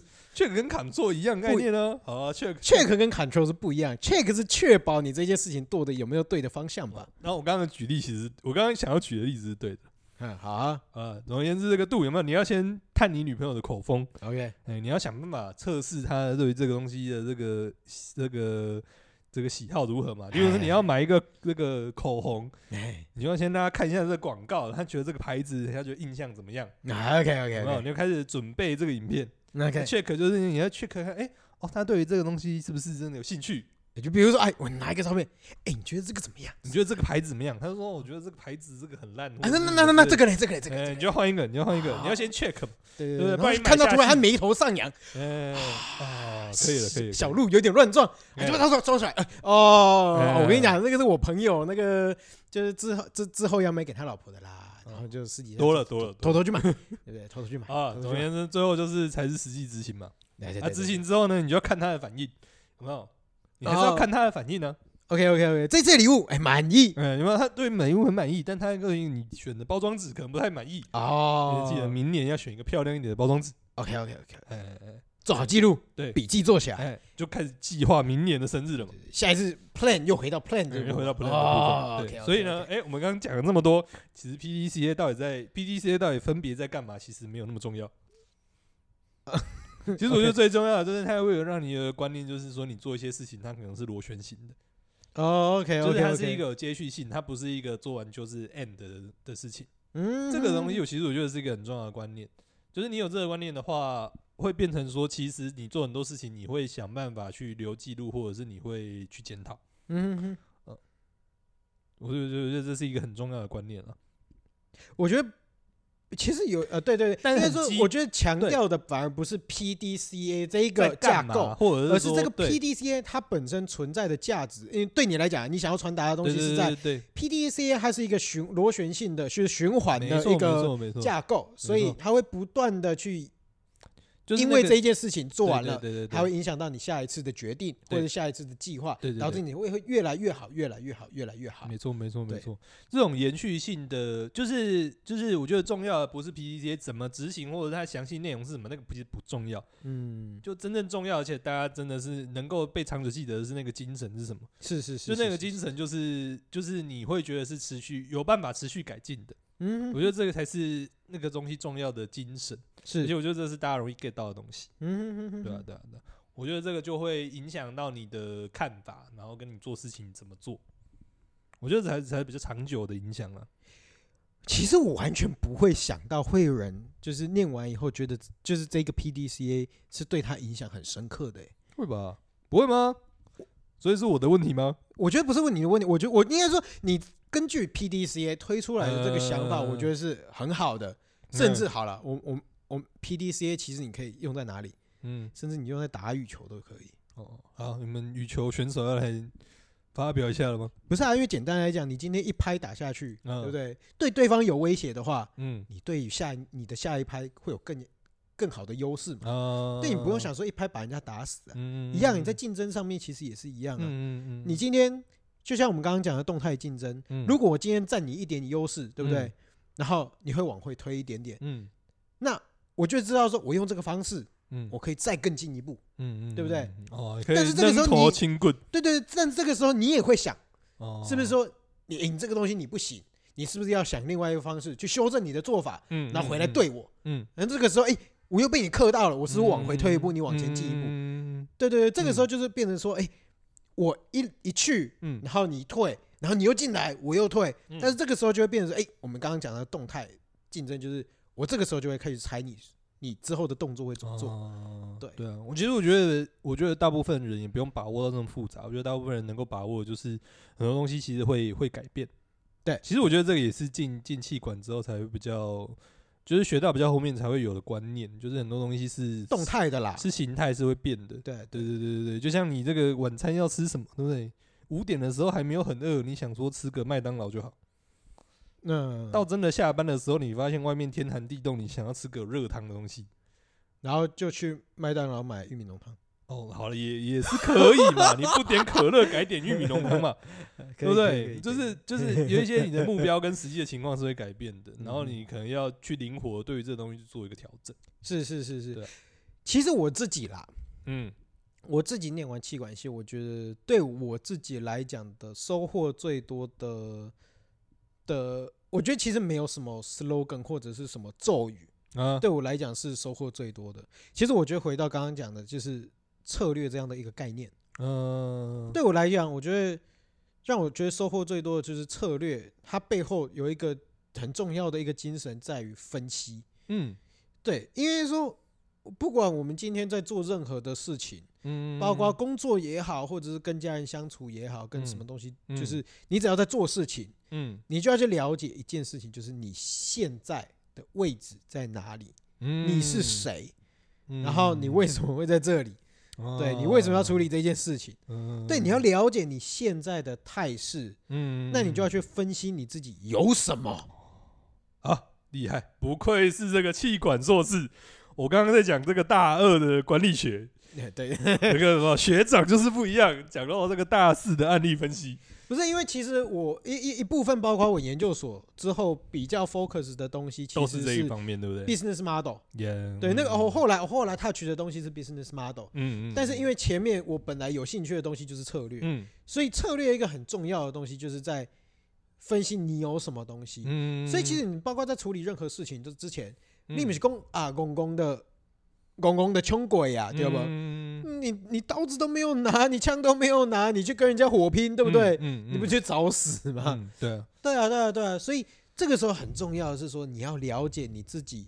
Speaker 2: 跟 Ctrl 一样概念呢。好啊，check
Speaker 1: ？Check 跟 Control 是不一样，Check 是确保你这件事情做的有没有对的方向吧？
Speaker 2: 然后我刚刚的举例，其实我刚刚想要举的例子是对的。
Speaker 1: 嗯，好啊
Speaker 2: 啊，总而言之，这个度有没有？你要先探你女朋友的口风，
Speaker 1: ，OK，
Speaker 2: 哎、你要想办法测试她对于这个东西的这个这个这个喜好如何嘛。例如说，你要买一个这个口红，
Speaker 1: 哎
Speaker 2: 你就要先让她看一下这个广告，她觉得这个牌子，她觉得印象怎么样？有没有？
Speaker 1: 啊，OK，OK，OK，
Speaker 2: 你就开始准备这个影片
Speaker 1: 那 OK，
Speaker 2: check 就是你要 check 看，哎、哦，她对于这个东西是不是真的有兴趣？
Speaker 1: 就比如说，哎，我拿一个照片，哎，你觉得这个怎么样？
Speaker 2: 你觉得这个牌子怎么样？她说，哦我觉得这个牌子这个很烂。
Speaker 1: 啊，那那那那那这
Speaker 2: 个，
Speaker 1: 个嘞，这个嘞，这个嘞，啊
Speaker 2: 哎、
Speaker 1: 这
Speaker 2: 你
Speaker 1: 个
Speaker 2: 就要换一个，你要换一个，
Speaker 1: 好
Speaker 2: 你要先 check 嘛。
Speaker 1: 对
Speaker 2: 对
Speaker 1: 对
Speaker 2: 不然
Speaker 1: 对，然
Speaker 2: 你
Speaker 1: 后看到
Speaker 2: 买下
Speaker 1: 突然他
Speaker 2: 去
Speaker 1: 眉头上扬，
Speaker 2: 哎、啊，可以了，可以了，
Speaker 1: 小
Speaker 2: 可以了
Speaker 1: 鹿有点乱撞，
Speaker 2: 哎
Speaker 1: 哎就把他说装出来。呃哦
Speaker 2: 哎，
Speaker 1: 我跟你讲，那个是我朋友，那个就是之后之之后要买给他老婆的啦，然后就私底下
Speaker 2: 哦多了多了
Speaker 1: 偷
Speaker 2: 多了
Speaker 1: 偷去买，对不对？偷偷去买
Speaker 2: 啊！
Speaker 1: 偷
Speaker 2: 总
Speaker 1: 偷
Speaker 2: 而
Speaker 1: 去买
Speaker 2: 言之，最后就是才是实际执行嘛。
Speaker 1: 对对
Speaker 2: 啊，
Speaker 1: 对
Speaker 2: 执行之后呢，你就要看他的反应，有没有？你还是要
Speaker 1: 哦
Speaker 2: 看他的反应呢。
Speaker 1: OK OK OK，这次的礼物哎满意
Speaker 2: 嗯，有没有？他对美物很满意，但他对于你选的包装纸可能不太满意。你
Speaker 1: 哦
Speaker 2: 记得明年要选一个漂亮一点的包装纸。
Speaker 1: OK OK OK，
Speaker 2: 哎哎哎
Speaker 1: 做好记录，
Speaker 2: 对
Speaker 1: 笔记做起来，
Speaker 2: 哎，就开始计划明年的生日了嘛。
Speaker 1: 下一次 plan 又回到 plan 这个
Speaker 2: 对
Speaker 1: 部分
Speaker 2: 又回到 plan
Speaker 1: 哦
Speaker 2: 的部分，对，
Speaker 1: OK，OK，OK
Speaker 2: 所以呢，哎，我们刚刚讲了这么多，其实 PDCA 到底在 PDCA 到底分别在干嘛，其实没有那么 重要。其实我觉得最重要的就是它会有让你的观念，就是说你做一些事情，它可能是螺旋形的，
Speaker 1: 哦 OK
Speaker 2: 就
Speaker 1: OK，
Speaker 2: 是它是一个有接续性，它不是一个做完就是 end 的的事情。
Speaker 1: 嗯
Speaker 2: 这个东西，我其实我觉得是一个很重要的观念，就是你有这个观念的话，会变成说，其实你做很多事情，你会想办法去留记录，或者是你会去检讨。
Speaker 1: 嗯哼哼
Speaker 2: 我就觉得这是一个很重要的观念了。啊
Speaker 1: 我觉得其实有呃，对对对，
Speaker 2: 但是
Speaker 1: 应该
Speaker 2: 很
Speaker 1: 说
Speaker 2: 激
Speaker 1: 我觉得强
Speaker 2: 对
Speaker 1: 调的反而不是 PDCA 这一
Speaker 2: 在
Speaker 1: 个架
Speaker 2: 干嘛
Speaker 1: 构，
Speaker 2: 或者
Speaker 1: 而是
Speaker 2: 说
Speaker 1: 这个
Speaker 2: 对
Speaker 1: PDCA 它本身存在的价值。因为对你来讲，你想要传达的东
Speaker 2: 对
Speaker 1: 西
Speaker 2: 对
Speaker 1: 是
Speaker 2: 对
Speaker 1: 在
Speaker 2: 对对，
Speaker 1: PDCA 它是一个循螺旋性的，是循环
Speaker 2: 没
Speaker 1: 呃的
Speaker 2: 错
Speaker 1: 一
Speaker 2: 没
Speaker 1: 个
Speaker 2: 错没错，
Speaker 1: 架构，所
Speaker 2: 没
Speaker 1: 以
Speaker 2: 错
Speaker 1: 它会不断的去，
Speaker 2: 就是
Speaker 1: 因
Speaker 2: 那
Speaker 1: 为
Speaker 2: 个
Speaker 1: 这一件事情做
Speaker 2: 对
Speaker 1: 完
Speaker 2: 对
Speaker 1: 了。
Speaker 2: 对对对，
Speaker 1: 它会影响到你下一次的决定，或
Speaker 2: 对
Speaker 1: 者下一次的计划
Speaker 2: 对对，对
Speaker 1: 导致你会会越来越好，越来越好，越来越好。
Speaker 2: 没错，没错，没
Speaker 1: 对
Speaker 2: 错。这种延续性的，就是就是，我觉得重要的不是 PPT 怎么执行，或者它详细内容是什么，那个不是不重要，
Speaker 1: 嗯，
Speaker 2: 就真正重要，而且大家真的是能够被长久记得的是那个精神是什么？
Speaker 1: 是是是，
Speaker 2: 就那个
Speaker 1: 是，
Speaker 2: 精神，就是就是你会觉得是持续有办法持续改进的。
Speaker 1: 嗯，
Speaker 2: 我觉得这个才是那个东西重要的精神，而且
Speaker 1: 是，
Speaker 2: 我觉得这是大家容易 get 到的东西。
Speaker 1: 嗯，
Speaker 2: 对啊，对啊，对啊。我觉得这个就会影响到你的看法，然后跟你做事情怎么做。我觉得才才比较长久的影响啊。
Speaker 1: 其实我完全不会想到会有人就是念完以后觉得就是这个 PDCA 是对他影响很深刻的欸、
Speaker 2: 会吧？不会吗？所以是我的问题吗？
Speaker 1: 我觉得不是问你的问题，我觉得我应该说，你根据 PDCA 推出来的这个想法，
Speaker 2: 嗯
Speaker 1: 我觉得是很好的。甚至好了，我我我 PDCA 其实你可以用在哪里，
Speaker 2: 嗯，
Speaker 1: 甚至你用在打羽球都可以。
Speaker 2: 哦，好，你们羽球选手要来发表一下了吗？
Speaker 1: 不是啊，因为简单来讲，你今天一拍打下去，
Speaker 2: 嗯
Speaker 1: 对不对？对对方有威胁的话，
Speaker 2: 嗯
Speaker 1: 你对于下你的下一拍会有更更好的优势嘛？
Speaker 2: 啊，
Speaker 1: 对你不用想说一拍把人家打死啊，
Speaker 2: 嗯，嗯
Speaker 1: 一样你在竞争上面其实也是一样啊。
Speaker 2: 嗯嗯嗯，
Speaker 1: 你今天就像我们刚刚讲的动态竞争，
Speaker 2: 嗯
Speaker 1: 如果我今天占你一点优势，对不对
Speaker 2: 嗯？
Speaker 1: 然后你会往回推一点点，
Speaker 2: 嗯
Speaker 1: 那我就知道说我用这个方式，
Speaker 2: 嗯
Speaker 1: 我可以再更进一步。
Speaker 2: 嗯嗯，
Speaker 1: 对不对
Speaker 2: 嗯？嗯哦，可以
Speaker 1: 但是这个时候
Speaker 2: 扔头
Speaker 1: 你
Speaker 2: 轻棍，
Speaker 1: 对对，但这个时候你也会想，
Speaker 2: 哦，
Speaker 1: 是不是说你赢这个东西你不行，你是不是要想另外一个方式去修正你的做法，
Speaker 2: 嗯？嗯，
Speaker 1: 然后回来
Speaker 2: 嗯，
Speaker 1: 对我？
Speaker 2: 嗯，
Speaker 1: 然后这个时候，哎，我又被你克到了，我
Speaker 2: 嗯
Speaker 1: 是不是往回推一步，
Speaker 2: 嗯
Speaker 1: 你往前进一步？
Speaker 2: 嗯
Speaker 1: 对对对，这个时候就是变成说，哎，我一一去，
Speaker 2: 嗯
Speaker 1: 然后你退，然后你又进来，我又退，但是这个时候就会变成说，哎、我们刚刚讲的动态竞争，就是我这个时候就会开始猜你你之后的动作会怎么做。
Speaker 2: 哦
Speaker 1: 对
Speaker 2: 对啊，我其实我觉得，我觉得大部分人也不用把握到那么复杂。我觉得大部分人能够把握，就是很多东西其实会会改变。
Speaker 1: 对
Speaker 2: 其实我觉得这个也是进进气管之后才会比较，就是学到比较后面才会有的观念，就是很多东西是
Speaker 1: 动态的啦，
Speaker 2: 是形态是会变的。
Speaker 1: 对
Speaker 2: 对对对对对，就像你这个晚餐要吃什么，对不对？五点的时候还没有很饿，你想说吃个麦当劳就好。
Speaker 1: 嗯，
Speaker 2: 到真的下班的时候，你发现外面天寒地冻，你想要吃个有热汤的东西。
Speaker 1: 然后就去麦当劳买玉米浓汤，
Speaker 2: 哦，好了，也也是可以 嘛，你不点可乐，改点玉米浓 汤嘛，对不对？就是就是有一些你的目标跟实际的情况是会改变的，然后你可能要去灵活对于这东西去做一个调整。
Speaker 1: 是是是是
Speaker 2: 对。
Speaker 1: 其实我自己啦，
Speaker 2: 嗯
Speaker 1: 我自己念完气管系，我觉得对我自己来讲的收获最多的的，我觉得其实没有什么 slogan 或者是什么咒语，
Speaker 2: 啊，
Speaker 1: 对我来讲是收获最多的。其实我觉得回到刚刚讲的，就是策略这样的一个概念。
Speaker 2: 嗯，
Speaker 1: 对我来讲，我觉得让我觉得收获最多的就是策略，它背后有一个很重要的一个精神在于分析。
Speaker 2: 嗯
Speaker 1: 对，因为说不管我们今天在做任何的事情，
Speaker 2: 嗯，
Speaker 1: 包括工作也好，或者是跟家人相处也好，跟什么东西，
Speaker 2: 嗯
Speaker 1: 就是你只要在做事情，
Speaker 2: 嗯
Speaker 1: 你就要去了解一件事情，就是你现在的位置在哪里，
Speaker 2: 嗯，
Speaker 1: 你是谁，
Speaker 2: 嗯，哦
Speaker 1: 然后你为什么会在这里，对你为什么要处理这件事情？
Speaker 2: 嗯？
Speaker 1: 对，你要了解你现在的态势，
Speaker 2: 嗯，哦
Speaker 1: 那你就要去分析你自己有什么。
Speaker 2: 啊，厉害，不愧是这个气管硕士。我刚刚在讲这个大二的管理学，
Speaker 1: 对，
Speaker 2: 那个什么学长就是不一样，讲到这个大四的案例分析，
Speaker 1: 不是因为其实我一一一部分，包括我研究所之后比较 focus 的东西，其
Speaker 2: 都
Speaker 1: 实
Speaker 2: 是这一方面，对不对？
Speaker 1: business model。
Speaker 2: Yeah，
Speaker 1: 对，那个哦
Speaker 2: 嗯
Speaker 1: 我，后来我后来 touch 的东西是 business model，
Speaker 2: 嗯嗯，
Speaker 1: 但是因
Speaker 2: 为，
Speaker 1: 为前面我本来有兴趣的东西就是策略，
Speaker 2: 嗯
Speaker 1: 所以策略一个很重要的东西就是在分析你有什么东西。
Speaker 2: 嗯，
Speaker 1: 所以其实你包括在处理任何事情就之前，你
Speaker 2: 们
Speaker 1: 们是公啊公公的公公的穷鬼呀，对吧？
Speaker 2: 嗯，
Speaker 1: 你你刀子都没有拿，你枪都没有拿，你去跟人家火拼，对不对？
Speaker 2: 嗯，
Speaker 1: 你不
Speaker 2: 觉
Speaker 1: 去找死
Speaker 2: 得
Speaker 1: 吗？？
Speaker 2: 嗯对啊，
Speaker 1: 对啊，对啊，对啊。所以这个时候很重要的是说，你要了解你自己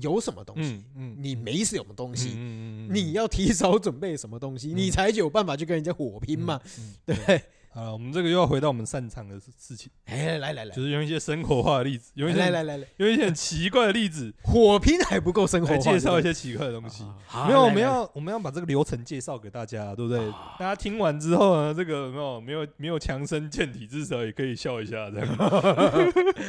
Speaker 1: 有什么东西，
Speaker 2: 嗯
Speaker 1: 你没什么东西，
Speaker 2: 嗯
Speaker 1: 你要提早准备什么东西，
Speaker 2: 嗯
Speaker 1: 你才有办法去跟人家火拼嘛，。
Speaker 2: 嗯嗯
Speaker 1: 对不对？
Speaker 2: 好了，我们这个又要回到我们擅长的事事情，
Speaker 1: 哎，来来来，
Speaker 2: 就是用一些生活化的例子，用一
Speaker 1: 来
Speaker 2: 些
Speaker 1: 来来来，
Speaker 2: 用一些很奇怪的例子
Speaker 1: 火拼还不够生活
Speaker 2: 来
Speaker 1: 化，
Speaker 2: 介绍一
Speaker 1: 下
Speaker 2: 些奇怪的东西。
Speaker 1: 没
Speaker 2: 没有，我啊们要我们要把这个流程介绍给大家，对不对？
Speaker 1: 啊
Speaker 2: 大家听完之后呢，这个有没有没有没有强身健体，至少也可以笑一下这样。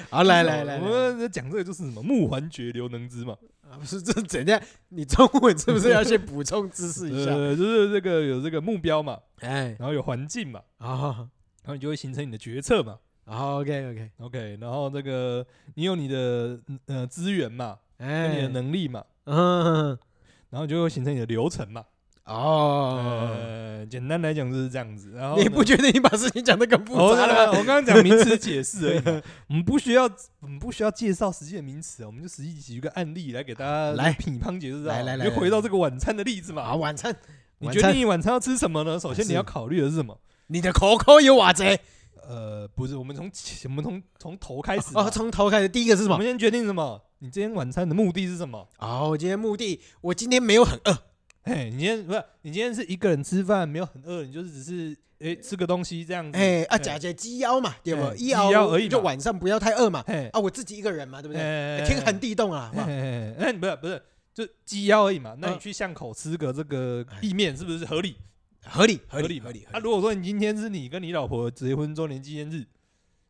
Speaker 1: 好 来来来，
Speaker 2: 我
Speaker 1: 来
Speaker 2: 们在讲这个就是什么木环绝流能之嘛，
Speaker 1: 啊不是这怎样？你中文是不是要先补充知识一下？
Speaker 2: 呃，就是这个有这个目标嘛，
Speaker 1: 哎，
Speaker 2: 然后有环境嘛，
Speaker 1: 好，
Speaker 2: 然后你就会形成你的决策嘛。
Speaker 1: 好，OK OK，
Speaker 2: OK，然后这个你有你的呃资源嘛，有你
Speaker 1: 哎
Speaker 2: 的，能力嘛，
Speaker 1: 嗯，
Speaker 2: 然后就会形成你的流程嘛。
Speaker 1: 哦，
Speaker 2: 呃，简单来讲就是这样子。然后
Speaker 1: 你
Speaker 2: 呢
Speaker 1: 不觉得你把事情讲得更复
Speaker 2: 哦，
Speaker 1: 杂
Speaker 2: 对啊
Speaker 1: 了
Speaker 2: 我
Speaker 1: 吗？
Speaker 2: 刚刚讲名词解释而已 嘛，我们不需要，我们不需要介绍实际的名词，我们就实际举一个案例来给大家
Speaker 1: 来
Speaker 2: 品乓解释啊。
Speaker 1: 来来来
Speaker 2: 你就回到这个晚餐的例子
Speaker 1: 啊，
Speaker 2: 嘛。
Speaker 1: 晚餐，
Speaker 2: 你
Speaker 1: 晚
Speaker 2: 决
Speaker 1: 餐
Speaker 2: 定你晚餐要吃什么呢？首先
Speaker 1: 是
Speaker 2: 你要考虑的是什么？
Speaker 1: 你的口口有瓦贼
Speaker 2: 呃，不是，我们从起我们从从头开始嘛。
Speaker 1: 哦，从头开始，第一个是什
Speaker 2: 我
Speaker 1: 么
Speaker 2: 们？先决定什么？你今天晚餐的目的是什么？
Speaker 1: 哦，我今天目的，我今天没有很饿，
Speaker 2: 哎、嘿，你今天不是你今天是一个人吃饭，没有很饿，你就是只是哎吃个东西这样子。
Speaker 1: 哎啊，假借鸡腰嘛，对不？
Speaker 2: 哎
Speaker 1: 一
Speaker 2: 鸡腰
Speaker 1: 熬
Speaker 2: 而已嘛
Speaker 1: 就晚上不要太饿嘛。
Speaker 2: 嘿，
Speaker 1: 啊，我自己一个人嘛，对不对？哎
Speaker 2: 哎
Speaker 1: 天寒地冻啊，好不
Speaker 2: 嘿
Speaker 1: 好
Speaker 2: 嘿嘿那你不是不是就鸡腰而已嘛？那你
Speaker 1: 嗯
Speaker 2: 去巷口吃个这个
Speaker 1: 哎
Speaker 2: 意面是不是合理？
Speaker 1: 合理合
Speaker 2: 合
Speaker 1: 理
Speaker 2: 理
Speaker 1: 合理合
Speaker 2: 啊，
Speaker 1: 理。
Speaker 2: 如果说你今天是你跟你老婆结婚周年纪念日，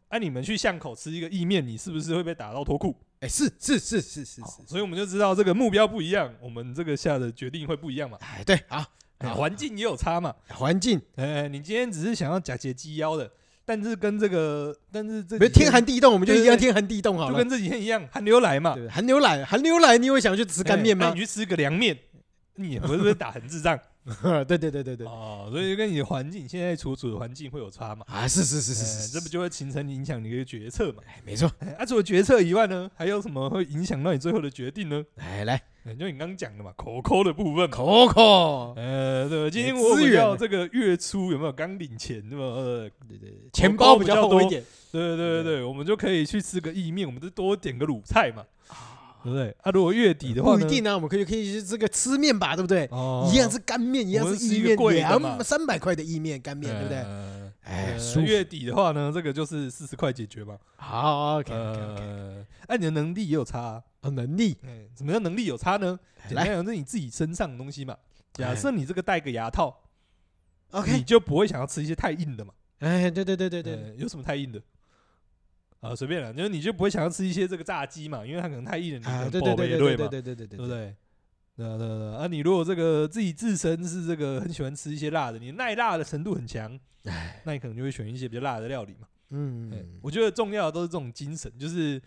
Speaker 2: 哎、你们去巷口吃一个意面，你是不是会被打到脱裤？
Speaker 1: 哎，是是是是是
Speaker 2: 好
Speaker 1: 是，
Speaker 2: 所以我们就知道这个目标不一样，我们这个下的决定会不一样嘛。
Speaker 1: 哎，对，好，
Speaker 2: 哎
Speaker 1: 好
Speaker 2: 环境也有差嘛。
Speaker 1: 环境，
Speaker 2: 哎、你今天只是想要假借鸡腰的，但是跟这个，但是这
Speaker 1: 比如
Speaker 2: 几天
Speaker 1: 天寒地冻，我们就
Speaker 2: 对对
Speaker 1: 一样
Speaker 2: 对
Speaker 1: 天寒地冻好
Speaker 2: 就
Speaker 1: 了。
Speaker 2: 跟这几天一样，寒流来嘛。
Speaker 1: 对寒牛奶，寒牛奶，你会想去吃干面
Speaker 2: 哎
Speaker 1: 吗
Speaker 2: 那你？去吃个凉面，你也不是被打成 智障
Speaker 1: 对对对对对，
Speaker 2: 哦。所以就跟你的环境现在处处的环境会有差嘛。
Speaker 1: 啊，是 是是是
Speaker 2: 哎
Speaker 1: 是，
Speaker 2: 这不就会形成影响你的决策嘛？
Speaker 1: 哎没错。
Speaker 2: 哎啊，除了决策以外呢，还有什么会影响到你最后的决定呢？
Speaker 1: 哎，来
Speaker 2: 哎就你刚刚讲的嘛，口口的部分嘛。
Speaker 1: ，Coco，
Speaker 2: 呃，对，今天
Speaker 1: 哎
Speaker 2: 我
Speaker 1: 资
Speaker 2: 比
Speaker 1: 源
Speaker 2: 较这个月初有没有刚领钱，那么呃，
Speaker 1: 钱包比较厚一点。
Speaker 2: 对对对对，我们就可以去吃个意面，我们就多点个卤菜嘛，对不对？啊，如果月底的话
Speaker 1: 不
Speaker 2: 呢，
Speaker 1: 一定啊，我们可以可以去这个吃面吧，对不对？
Speaker 2: 哦，
Speaker 1: 一样是干面，一样
Speaker 2: 我们吃
Speaker 1: 意
Speaker 2: 一个
Speaker 1: 面，
Speaker 2: 贵的嘛
Speaker 1: 两三百块的意面干面，对不对？
Speaker 2: 呃
Speaker 1: 哎，
Speaker 2: 呃
Speaker 1: 舒服。
Speaker 2: 月底的话呢，这个就是四十块解决嘛。
Speaker 1: 好，OK，
Speaker 2: 呃，按你的能力也有差啊。
Speaker 1: 能力
Speaker 2: 哎，什么叫能力有差呢？简单
Speaker 1: 来
Speaker 2: 讲，是你自己身上的东西嘛。假
Speaker 1: 哎
Speaker 2: 设你这个戴个牙套，你
Speaker 1: ，OK，
Speaker 2: 就不会想要吃一些太硬的嘛。
Speaker 1: 哎，对对对对对，
Speaker 2: 呃，有什么太硬的？啊，随便了，就是你就不会想要吃一些这个炸鸡嘛，因为它可能太硬了，你
Speaker 1: 啊，
Speaker 2: 可
Speaker 1: 对
Speaker 2: 能
Speaker 1: 对
Speaker 2: 饱
Speaker 1: 对
Speaker 2: 也
Speaker 1: 对对
Speaker 2: 嘛，
Speaker 1: 对对对对
Speaker 2: 对不
Speaker 1: 对，
Speaker 2: 对？对啊对啊对啊啊！你如果这个自己自身是这个很喜欢吃一些辣的，你耐辣的程度很强，那你可能就会选一些比较辣的料理嘛。哎
Speaker 1: 嗯，
Speaker 2: 我觉得重要的都是这种精神，就是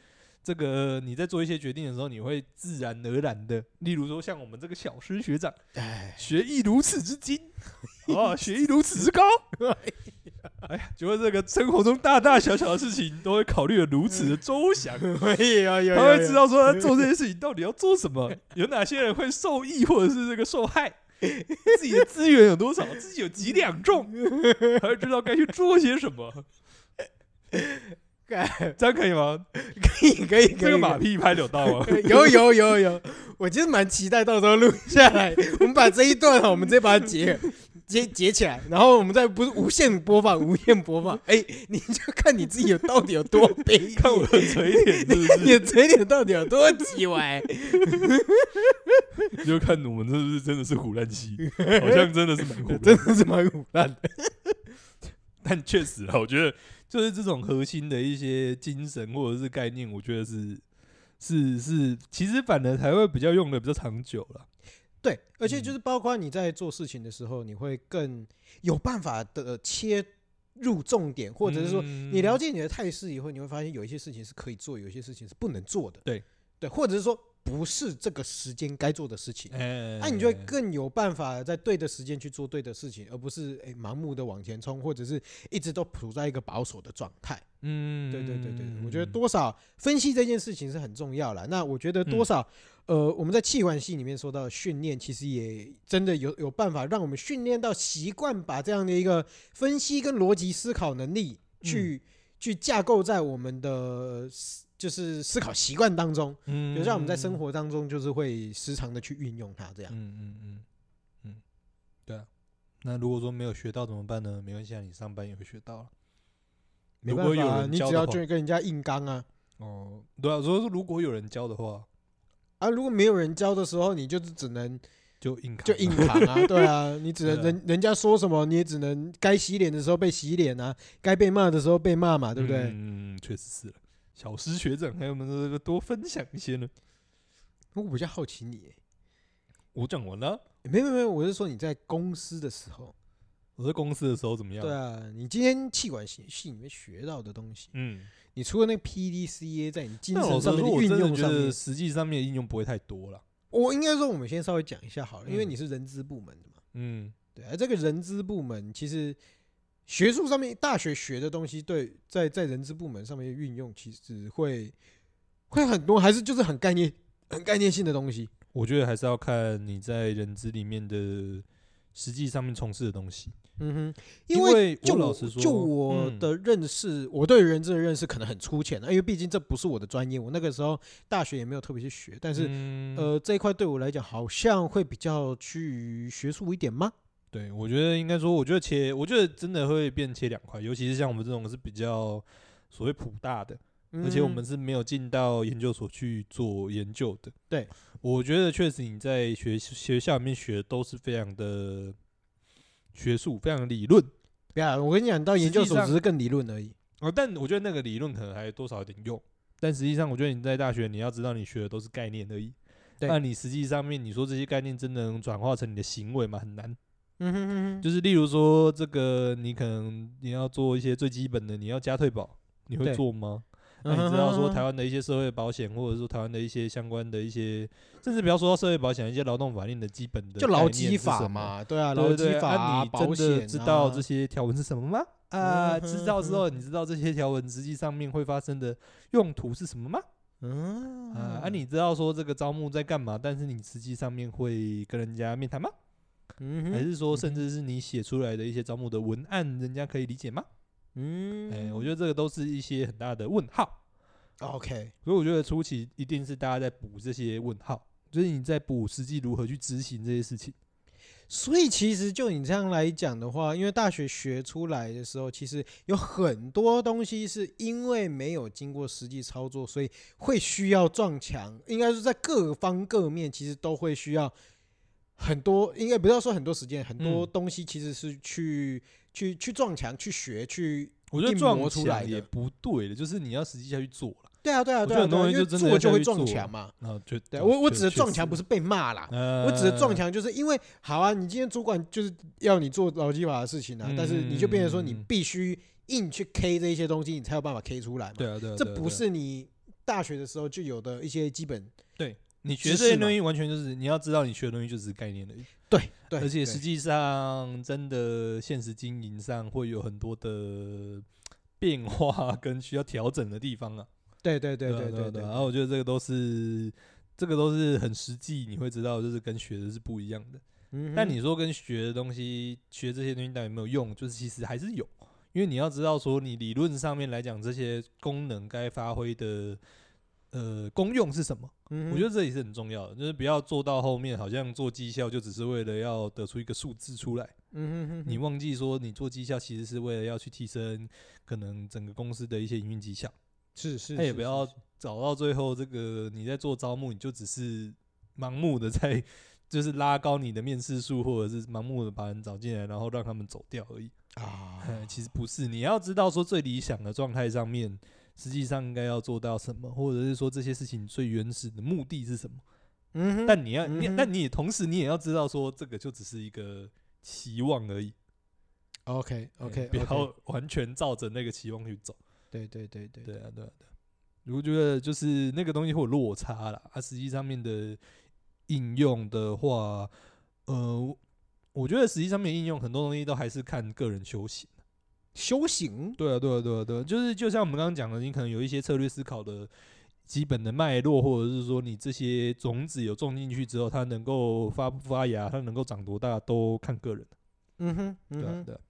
Speaker 2: 这个你在做一些决定的时候，你会自然而然的，例如说像我们这个小师学长，
Speaker 1: 哎，
Speaker 2: 学艺如此之精，啊，学艺如此之高， 哎呀，就会这个生活中大大小小的事情都会考虑的如此的周详，
Speaker 1: 哎呀呀，
Speaker 2: 他会知道说他做这些事情到底要做什么，有哪些人会受益或者是这个受害，自己的资源有多少，自己有几两重，他会知道该去做些什么。这样可以吗？
Speaker 1: 可以可以可以，
Speaker 2: 这个马屁拍得有到 吗？
Speaker 1: 有有有有，我其实蛮期待到时候录下来，我们把这一段啊，我们直接把它截截截起来，然后我们再不是无限播放，无限播放，哎、你就看你自己有到底有多卑劣，
Speaker 2: 看我的嘴脸是不 是？
Speaker 1: 你的嘴脸到底有多叽歪，
Speaker 3: 你就看我们是不是真的是胡乱戏，好像真的是蛮胡乱。
Speaker 1: 真的是蛮腐烂的。
Speaker 2: 但确实啊，我觉得就是这种核心的一些精神或者是概念，我觉得是是是，其实反而才会比较用的比较长久了。
Speaker 1: 对，而且就是包括你在做事情的时候，你会更有办法的切入重点，或者是说你了
Speaker 2: 解
Speaker 1: 解你的态势以后，你会发现有一些事情是可以做，有一些事情是不能做的。
Speaker 2: 对
Speaker 1: 对，或者是说不是这个时间该做的事情，
Speaker 2: 哎，
Speaker 1: 那、你就会更有办法在对的时间去做对的事情，而不是哎、盲目的往前冲，或者是一直都处在一个保守的状态。
Speaker 2: 嗯，
Speaker 1: 对对对对，我觉得多少分析这件事情是很重要了。那我觉得
Speaker 2: 嗯
Speaker 1: 多少，呃，我们在气管系里面说到的训练，其实也真的有有办法让我们训练到习惯把这样的一个分析跟逻辑思考能力
Speaker 2: 嗯
Speaker 1: 去、去架构在我们的呃思就是思考习惯当中，
Speaker 2: 嗯，
Speaker 1: 就让我们在生活当中就是会时常的去运用它。这样，
Speaker 2: 嗯，嗯嗯嗯嗯，对啊。那如果说没有学到怎么办呢？没关系啊，你上班也会学到了。
Speaker 1: 没
Speaker 2: 如
Speaker 1: 办
Speaker 2: 果
Speaker 1: 法
Speaker 2: 有
Speaker 1: 啊、
Speaker 2: 人
Speaker 1: 你
Speaker 2: 教
Speaker 1: 只
Speaker 2: 的
Speaker 1: 要
Speaker 2: 话
Speaker 1: 就，跟人家硬刚啊。
Speaker 2: 哦，对啊，所以说如果有人教的话，
Speaker 1: 啊，如果没有人教的时候，你就是只能
Speaker 2: 就硬扛
Speaker 1: 就
Speaker 2: 啊
Speaker 1: 硬扛啊，对啊，你只能
Speaker 2: 对啊
Speaker 1: 人人家说什么，你也只能该洗脸的时候被洗脸啊，该被骂的时候被骂嘛，对不对？
Speaker 2: 嗯，确实是了。小师学长，还有我们这个多分享一些呢。
Speaker 1: 我比较好奇你，
Speaker 2: 我讲完了，
Speaker 1: 没有没有没有，我是说你在公司的时候，
Speaker 2: 我在公司的时候怎么样？
Speaker 1: 对啊，你今天气管系系里面学到的东西，
Speaker 2: 嗯，
Speaker 1: 你除了那个 PDCA 在你精
Speaker 2: 那
Speaker 1: 神
Speaker 2: 老实
Speaker 1: 上面
Speaker 2: 说，我
Speaker 1: 的运
Speaker 2: 真的
Speaker 1: 用
Speaker 2: 觉
Speaker 1: 上
Speaker 2: 得
Speaker 1: 面，
Speaker 2: 实际上面应用不会太多了。
Speaker 1: 我应该说我们先稍微讲一下好了，因为
Speaker 2: 嗯
Speaker 1: 你是人资部门的嘛，
Speaker 2: 嗯，
Speaker 1: 对啊，这个人资部门其实学术上面大学学的东西，对，在在人资部门上面的运用，其实会会很多，还是就是很概念、很概念性的东西。
Speaker 2: 我觉得还是要看你在人资里面的实际上面从事的东西。
Speaker 1: 嗯哼，
Speaker 2: 因
Speaker 1: 为
Speaker 2: 为
Speaker 1: 就
Speaker 2: 我
Speaker 1: 我
Speaker 2: 老实说
Speaker 1: 就我
Speaker 2: 嗯
Speaker 1: 的认识，我对人质的认识可能很粗浅啊，因为毕竟这不是我的专业，我那个时候大学也没有特别去学，但是、
Speaker 2: 嗯
Speaker 1: 呃这一块对我来讲好像会比较趋于学术一点吗？
Speaker 2: 对，我觉得应该说，我觉得切，我觉得真的会变切两块，尤其是像我们这种是比较所谓普大的，而且我们
Speaker 1: 嗯
Speaker 2: 是没有进到研究所去做研究的。
Speaker 1: 对，
Speaker 2: 我觉得确实你在学学校里面学的都是非常的学术，非常的理论
Speaker 1: 不要，我跟你讲，到研究
Speaker 2: 实际
Speaker 1: 所
Speaker 2: 上
Speaker 1: 只是更理论而已。
Speaker 2: 啊、呃但我觉得那个理论可能还多少有点用，但实际上我觉得你在大学你要知道你学的都是概念而已。
Speaker 1: 对
Speaker 2: 那你实际上面你说这些概念真的能转化成你的行为吗？很难。
Speaker 1: 嗯哼哼哼，
Speaker 2: 就是例如说，这个你可能你要做一些最基本的，你要加退保，你会
Speaker 1: 对
Speaker 2: 做吗？
Speaker 1: 嗯
Speaker 2: 那你知道说台
Speaker 1: 哼
Speaker 2: 湾的一些社会保险，或者说台湾的一些相关的一些，甚至不要说到社会保险，一些劳动法令的基本的
Speaker 1: 就
Speaker 2: 概
Speaker 1: 劳
Speaker 2: 念
Speaker 1: 基
Speaker 2: 是
Speaker 1: 法
Speaker 2: 什么，
Speaker 1: 嘛，对啊，
Speaker 2: 对
Speaker 1: 劳
Speaker 2: 对
Speaker 1: 基
Speaker 2: 对
Speaker 1: 法
Speaker 2: 啊
Speaker 1: 啊，保
Speaker 2: 你真的
Speaker 1: 险
Speaker 2: 知道
Speaker 1: 啊
Speaker 2: 这些条文是什么吗？啊，
Speaker 1: 嗯哼
Speaker 2: 知道之后，
Speaker 1: 哼
Speaker 2: 你知道这些条文实际上面会发生的用途是什么吗？
Speaker 1: 嗯
Speaker 2: 啊，啊，你知道说这个招募在干嘛，但是你实际上面会跟人家面谈吗？
Speaker 1: 嗯
Speaker 2: 还
Speaker 1: 哼
Speaker 2: 是说，甚至是你写出来的一些招募的文案，人家可以理解吗？哎、
Speaker 1: 嗯，
Speaker 2: 我觉得这个都是一些很大的问号，
Speaker 1: 得 OK，
Speaker 2: 所以我觉得初期一定是大家在补这些问号，就是你在补实际如何去执行这些事情。
Speaker 1: 所以其实就你这样来讲的话，因为大学学出来的时候，其实有很多东西是因为没有经过实际操作，所以会需要撞墙。应该是在各方各面，其实都会需要很多，应该不要说很多时间，很多
Speaker 2: 嗯
Speaker 1: 东西其实是去、去去撞墙、去学、去。
Speaker 2: 我觉得
Speaker 1: 硬
Speaker 2: 撞
Speaker 1: 磨出来的
Speaker 2: 墙也不对的，就是你要实际下去做了。
Speaker 1: 对啊，对啊，
Speaker 2: 我觉
Speaker 1: 对啊，
Speaker 2: 得很多
Speaker 1: 对啊
Speaker 2: 东西
Speaker 1: 因为
Speaker 2: 就真的
Speaker 1: 做
Speaker 2: 要
Speaker 1: 就
Speaker 2: 去
Speaker 1: 会撞
Speaker 2: 做
Speaker 1: 墙嘛。
Speaker 2: 啊，就
Speaker 1: 对啊，我我指的撞墙不
Speaker 2: 是，
Speaker 1: 是被骂啦，
Speaker 2: 呃
Speaker 1: 我指的撞，墙就是因为好啊，你今天主管就是要你做劳基法的事情啊，但是你就变成说你
Speaker 2: 嗯
Speaker 1: 必须硬去 K 这一些东西，你才有办法 K 出来嘛。
Speaker 2: 对啊，对啊，
Speaker 1: 这
Speaker 2: 对啊
Speaker 1: 不
Speaker 2: 对啊
Speaker 1: 是你大学的时候就有的一些基本
Speaker 2: 你学
Speaker 1: 知
Speaker 2: 这些
Speaker 1: 识嘛
Speaker 2: 东西，完全就是你要知道你学的东西就只是概念而已。
Speaker 1: 对对，
Speaker 2: 而且
Speaker 1: 对
Speaker 2: 实际上，真的现实经营上会有很多的变化跟需要调整的地方啊。
Speaker 1: 对对对
Speaker 2: 啊
Speaker 1: 对
Speaker 2: 对啊
Speaker 1: 对
Speaker 2: 啊然后我觉得这个都是，这个都是很实际，你会知道就是跟学的是不一样的。
Speaker 1: 嗯
Speaker 2: 但
Speaker 1: 哼
Speaker 2: 你说跟学的东西，学这些东西到底有没有用？就是其实还是有，因为你要知道说，你理论上面来讲，这些功能该发挥的呃功用是什么？
Speaker 1: 嗯哼
Speaker 2: 我觉得这也是很重要的，就是不要做到后面好像做绩效就只是为了要得出一个数字出来，
Speaker 1: 嗯哼哼哼
Speaker 2: 你忘记说你做绩效其实是为了要去提升可能整个公司的一些营运绩效。
Speaker 1: 是是，
Speaker 2: 他也
Speaker 1: 是
Speaker 2: 不要
Speaker 1: 是
Speaker 2: 找到最后，这个你在做招募，你就只是盲目的在就是拉高你的面试数，或者是盲目的把人找进来，然后让他们走掉而已。哎
Speaker 1: 啊，
Speaker 2: 其实不是，你要知道说最理想的状态上面，实际上应该要做到什么，或者是说这些事情最原始的目的是什么。
Speaker 1: 嗯哼，
Speaker 2: 但你要，你
Speaker 1: 嗯哼
Speaker 2: 但你也同时你也要知道说，这个就只是一个期望而已。
Speaker 1: OK
Speaker 2: 哎
Speaker 1: OK，
Speaker 2: 不要完全照着那个期望去走。
Speaker 1: 对对对对
Speaker 2: 对啊，对啊，对啊。我觉得就是那个东西会有落差啦，啊，实际上面的应用的话，呃，我觉得实际上面应用很多东西都还是看个人修行。
Speaker 1: 修行
Speaker 2: 对啊，对啊，对啊，对啊，就是就像我们刚刚讲的，你可能有一些策略思考的基本的脉络，或者是说你这些种子有种进去之后，它能够发不发芽，它能够长多大，都看个人。
Speaker 1: 嗯哼嗯
Speaker 2: 对啊
Speaker 1: 哼，
Speaker 2: 对啊。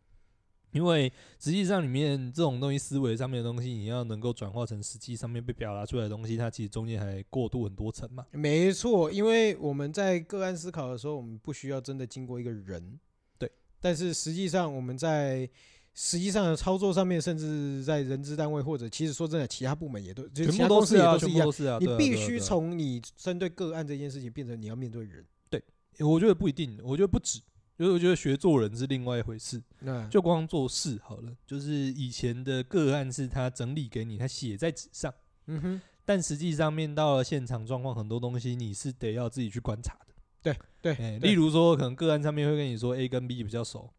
Speaker 2: 因为实际上里面这种东西，思维上面的东西，你要能够转化成实际上面被表达出来的东西，它其实中间还过渡很多层嘛。
Speaker 1: 没错，因为我们在个案思考的时候，我们不需要真的经过一个人，
Speaker 2: 对。
Speaker 1: 但是实际上我们在实际上的操作上面，甚至在人资单位或者其实说真的，其他部门也都，就其
Speaker 2: 全部
Speaker 1: 他
Speaker 2: 都
Speaker 1: 公司
Speaker 2: 是
Speaker 1: 也
Speaker 2: 啊，
Speaker 1: 都
Speaker 2: 全
Speaker 1: 是一
Speaker 2: 部都
Speaker 1: 样，
Speaker 2: 是啊。
Speaker 1: 你
Speaker 2: 对啊
Speaker 1: 必
Speaker 2: 对
Speaker 1: 须
Speaker 2: 啊对啊
Speaker 1: 从你针对个案这件事情变成你要面对人。
Speaker 2: 我觉得不一定，我觉得不止，就是我觉得学做人是另外一回事。
Speaker 1: 那
Speaker 2: 就光做事好了，就是以前的个案是他整理给你，他写在纸上，
Speaker 1: 嗯哼，
Speaker 2: 但实际上面到了现场状况，很多东西你是得要自己去观察的。
Speaker 1: 对
Speaker 2: 哎，，
Speaker 1: 对
Speaker 2: 例如说，可能个案上面会跟你说 A 跟 B 比较熟，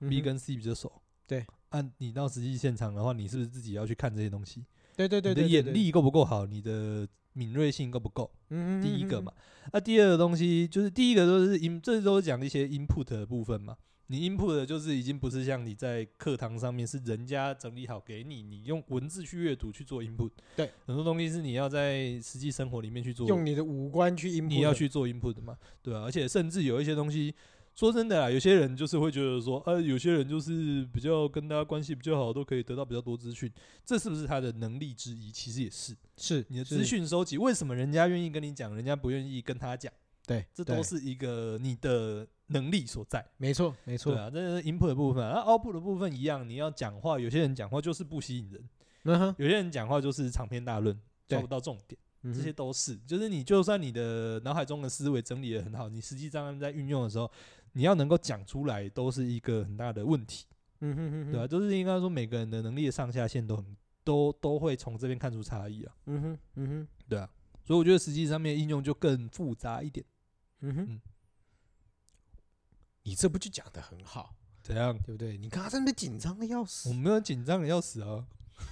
Speaker 1: 嗯
Speaker 2: B
Speaker 1: 哼
Speaker 2: 跟 C 比较熟。
Speaker 1: 对，
Speaker 2: 啊，你到实际现场的话，你是不是自己要去看这些东西？
Speaker 1: 对对对
Speaker 2: 你
Speaker 1: 对对
Speaker 2: 的眼
Speaker 1: 对，
Speaker 2: 力够不够好？你的敏锐性够不够？
Speaker 1: 嗯哼，嗯哼
Speaker 2: 第一个嘛，，啊，第二个东西就是第一个都是 in，这都是讲一些 input 的部分嘛。你 input 的就是已经不是像你在课堂上面是人家整理好给你，你用文字去阅读去做 input。
Speaker 1: 对，
Speaker 2: 很多东西是你要在实际生活里面去做
Speaker 1: 用你的五官去 i
Speaker 2: 你要去做 input 的嘛，对啊，而且甚至有一些东西，说真的啊，有些人就是会觉得说，呃，有些人就是比较跟大家关系比较好，都可以得到比较多资讯，这是不是他的能力之一？其实也是
Speaker 1: 是
Speaker 2: 你的
Speaker 1: 是
Speaker 2: 资讯收集，为什么人家愿意跟你讲，人家不愿意跟他讲？
Speaker 1: 对，
Speaker 2: 这
Speaker 1: 对
Speaker 2: 都是一个你的能力所在。
Speaker 1: 没错没错
Speaker 2: 对。啊，这是 input 的部分、啊，那 output 的部分一样，你要讲话，有些人讲话就是不吸引人，
Speaker 1: 嗯哼，
Speaker 2: 有些人讲话就是长篇大论，抓
Speaker 1: 对
Speaker 2: 不到重点，
Speaker 1: 嗯
Speaker 2: 这
Speaker 1: 哼
Speaker 2: 些都是，就是你就算你的脑海中的思维整理的很好，你实际上在运用的时候，你要能够讲出来，都是一个很大的问题，
Speaker 1: 嗯哼哼哼，
Speaker 2: 对啊吧、就是应该说每个人的能力的上下限都很都都会从这边看出差异啊，
Speaker 1: 嗯哼嗯哼
Speaker 2: 对啊，所以我觉得实际上面应用就更复杂一点，
Speaker 1: 嗯
Speaker 2: 嗯
Speaker 1: 哼，你这不就讲的很好，
Speaker 2: 怎样？
Speaker 1: 对不对？你看他真的紧张的要
Speaker 2: 我
Speaker 1: 死，
Speaker 2: 没有紧张的要死啊！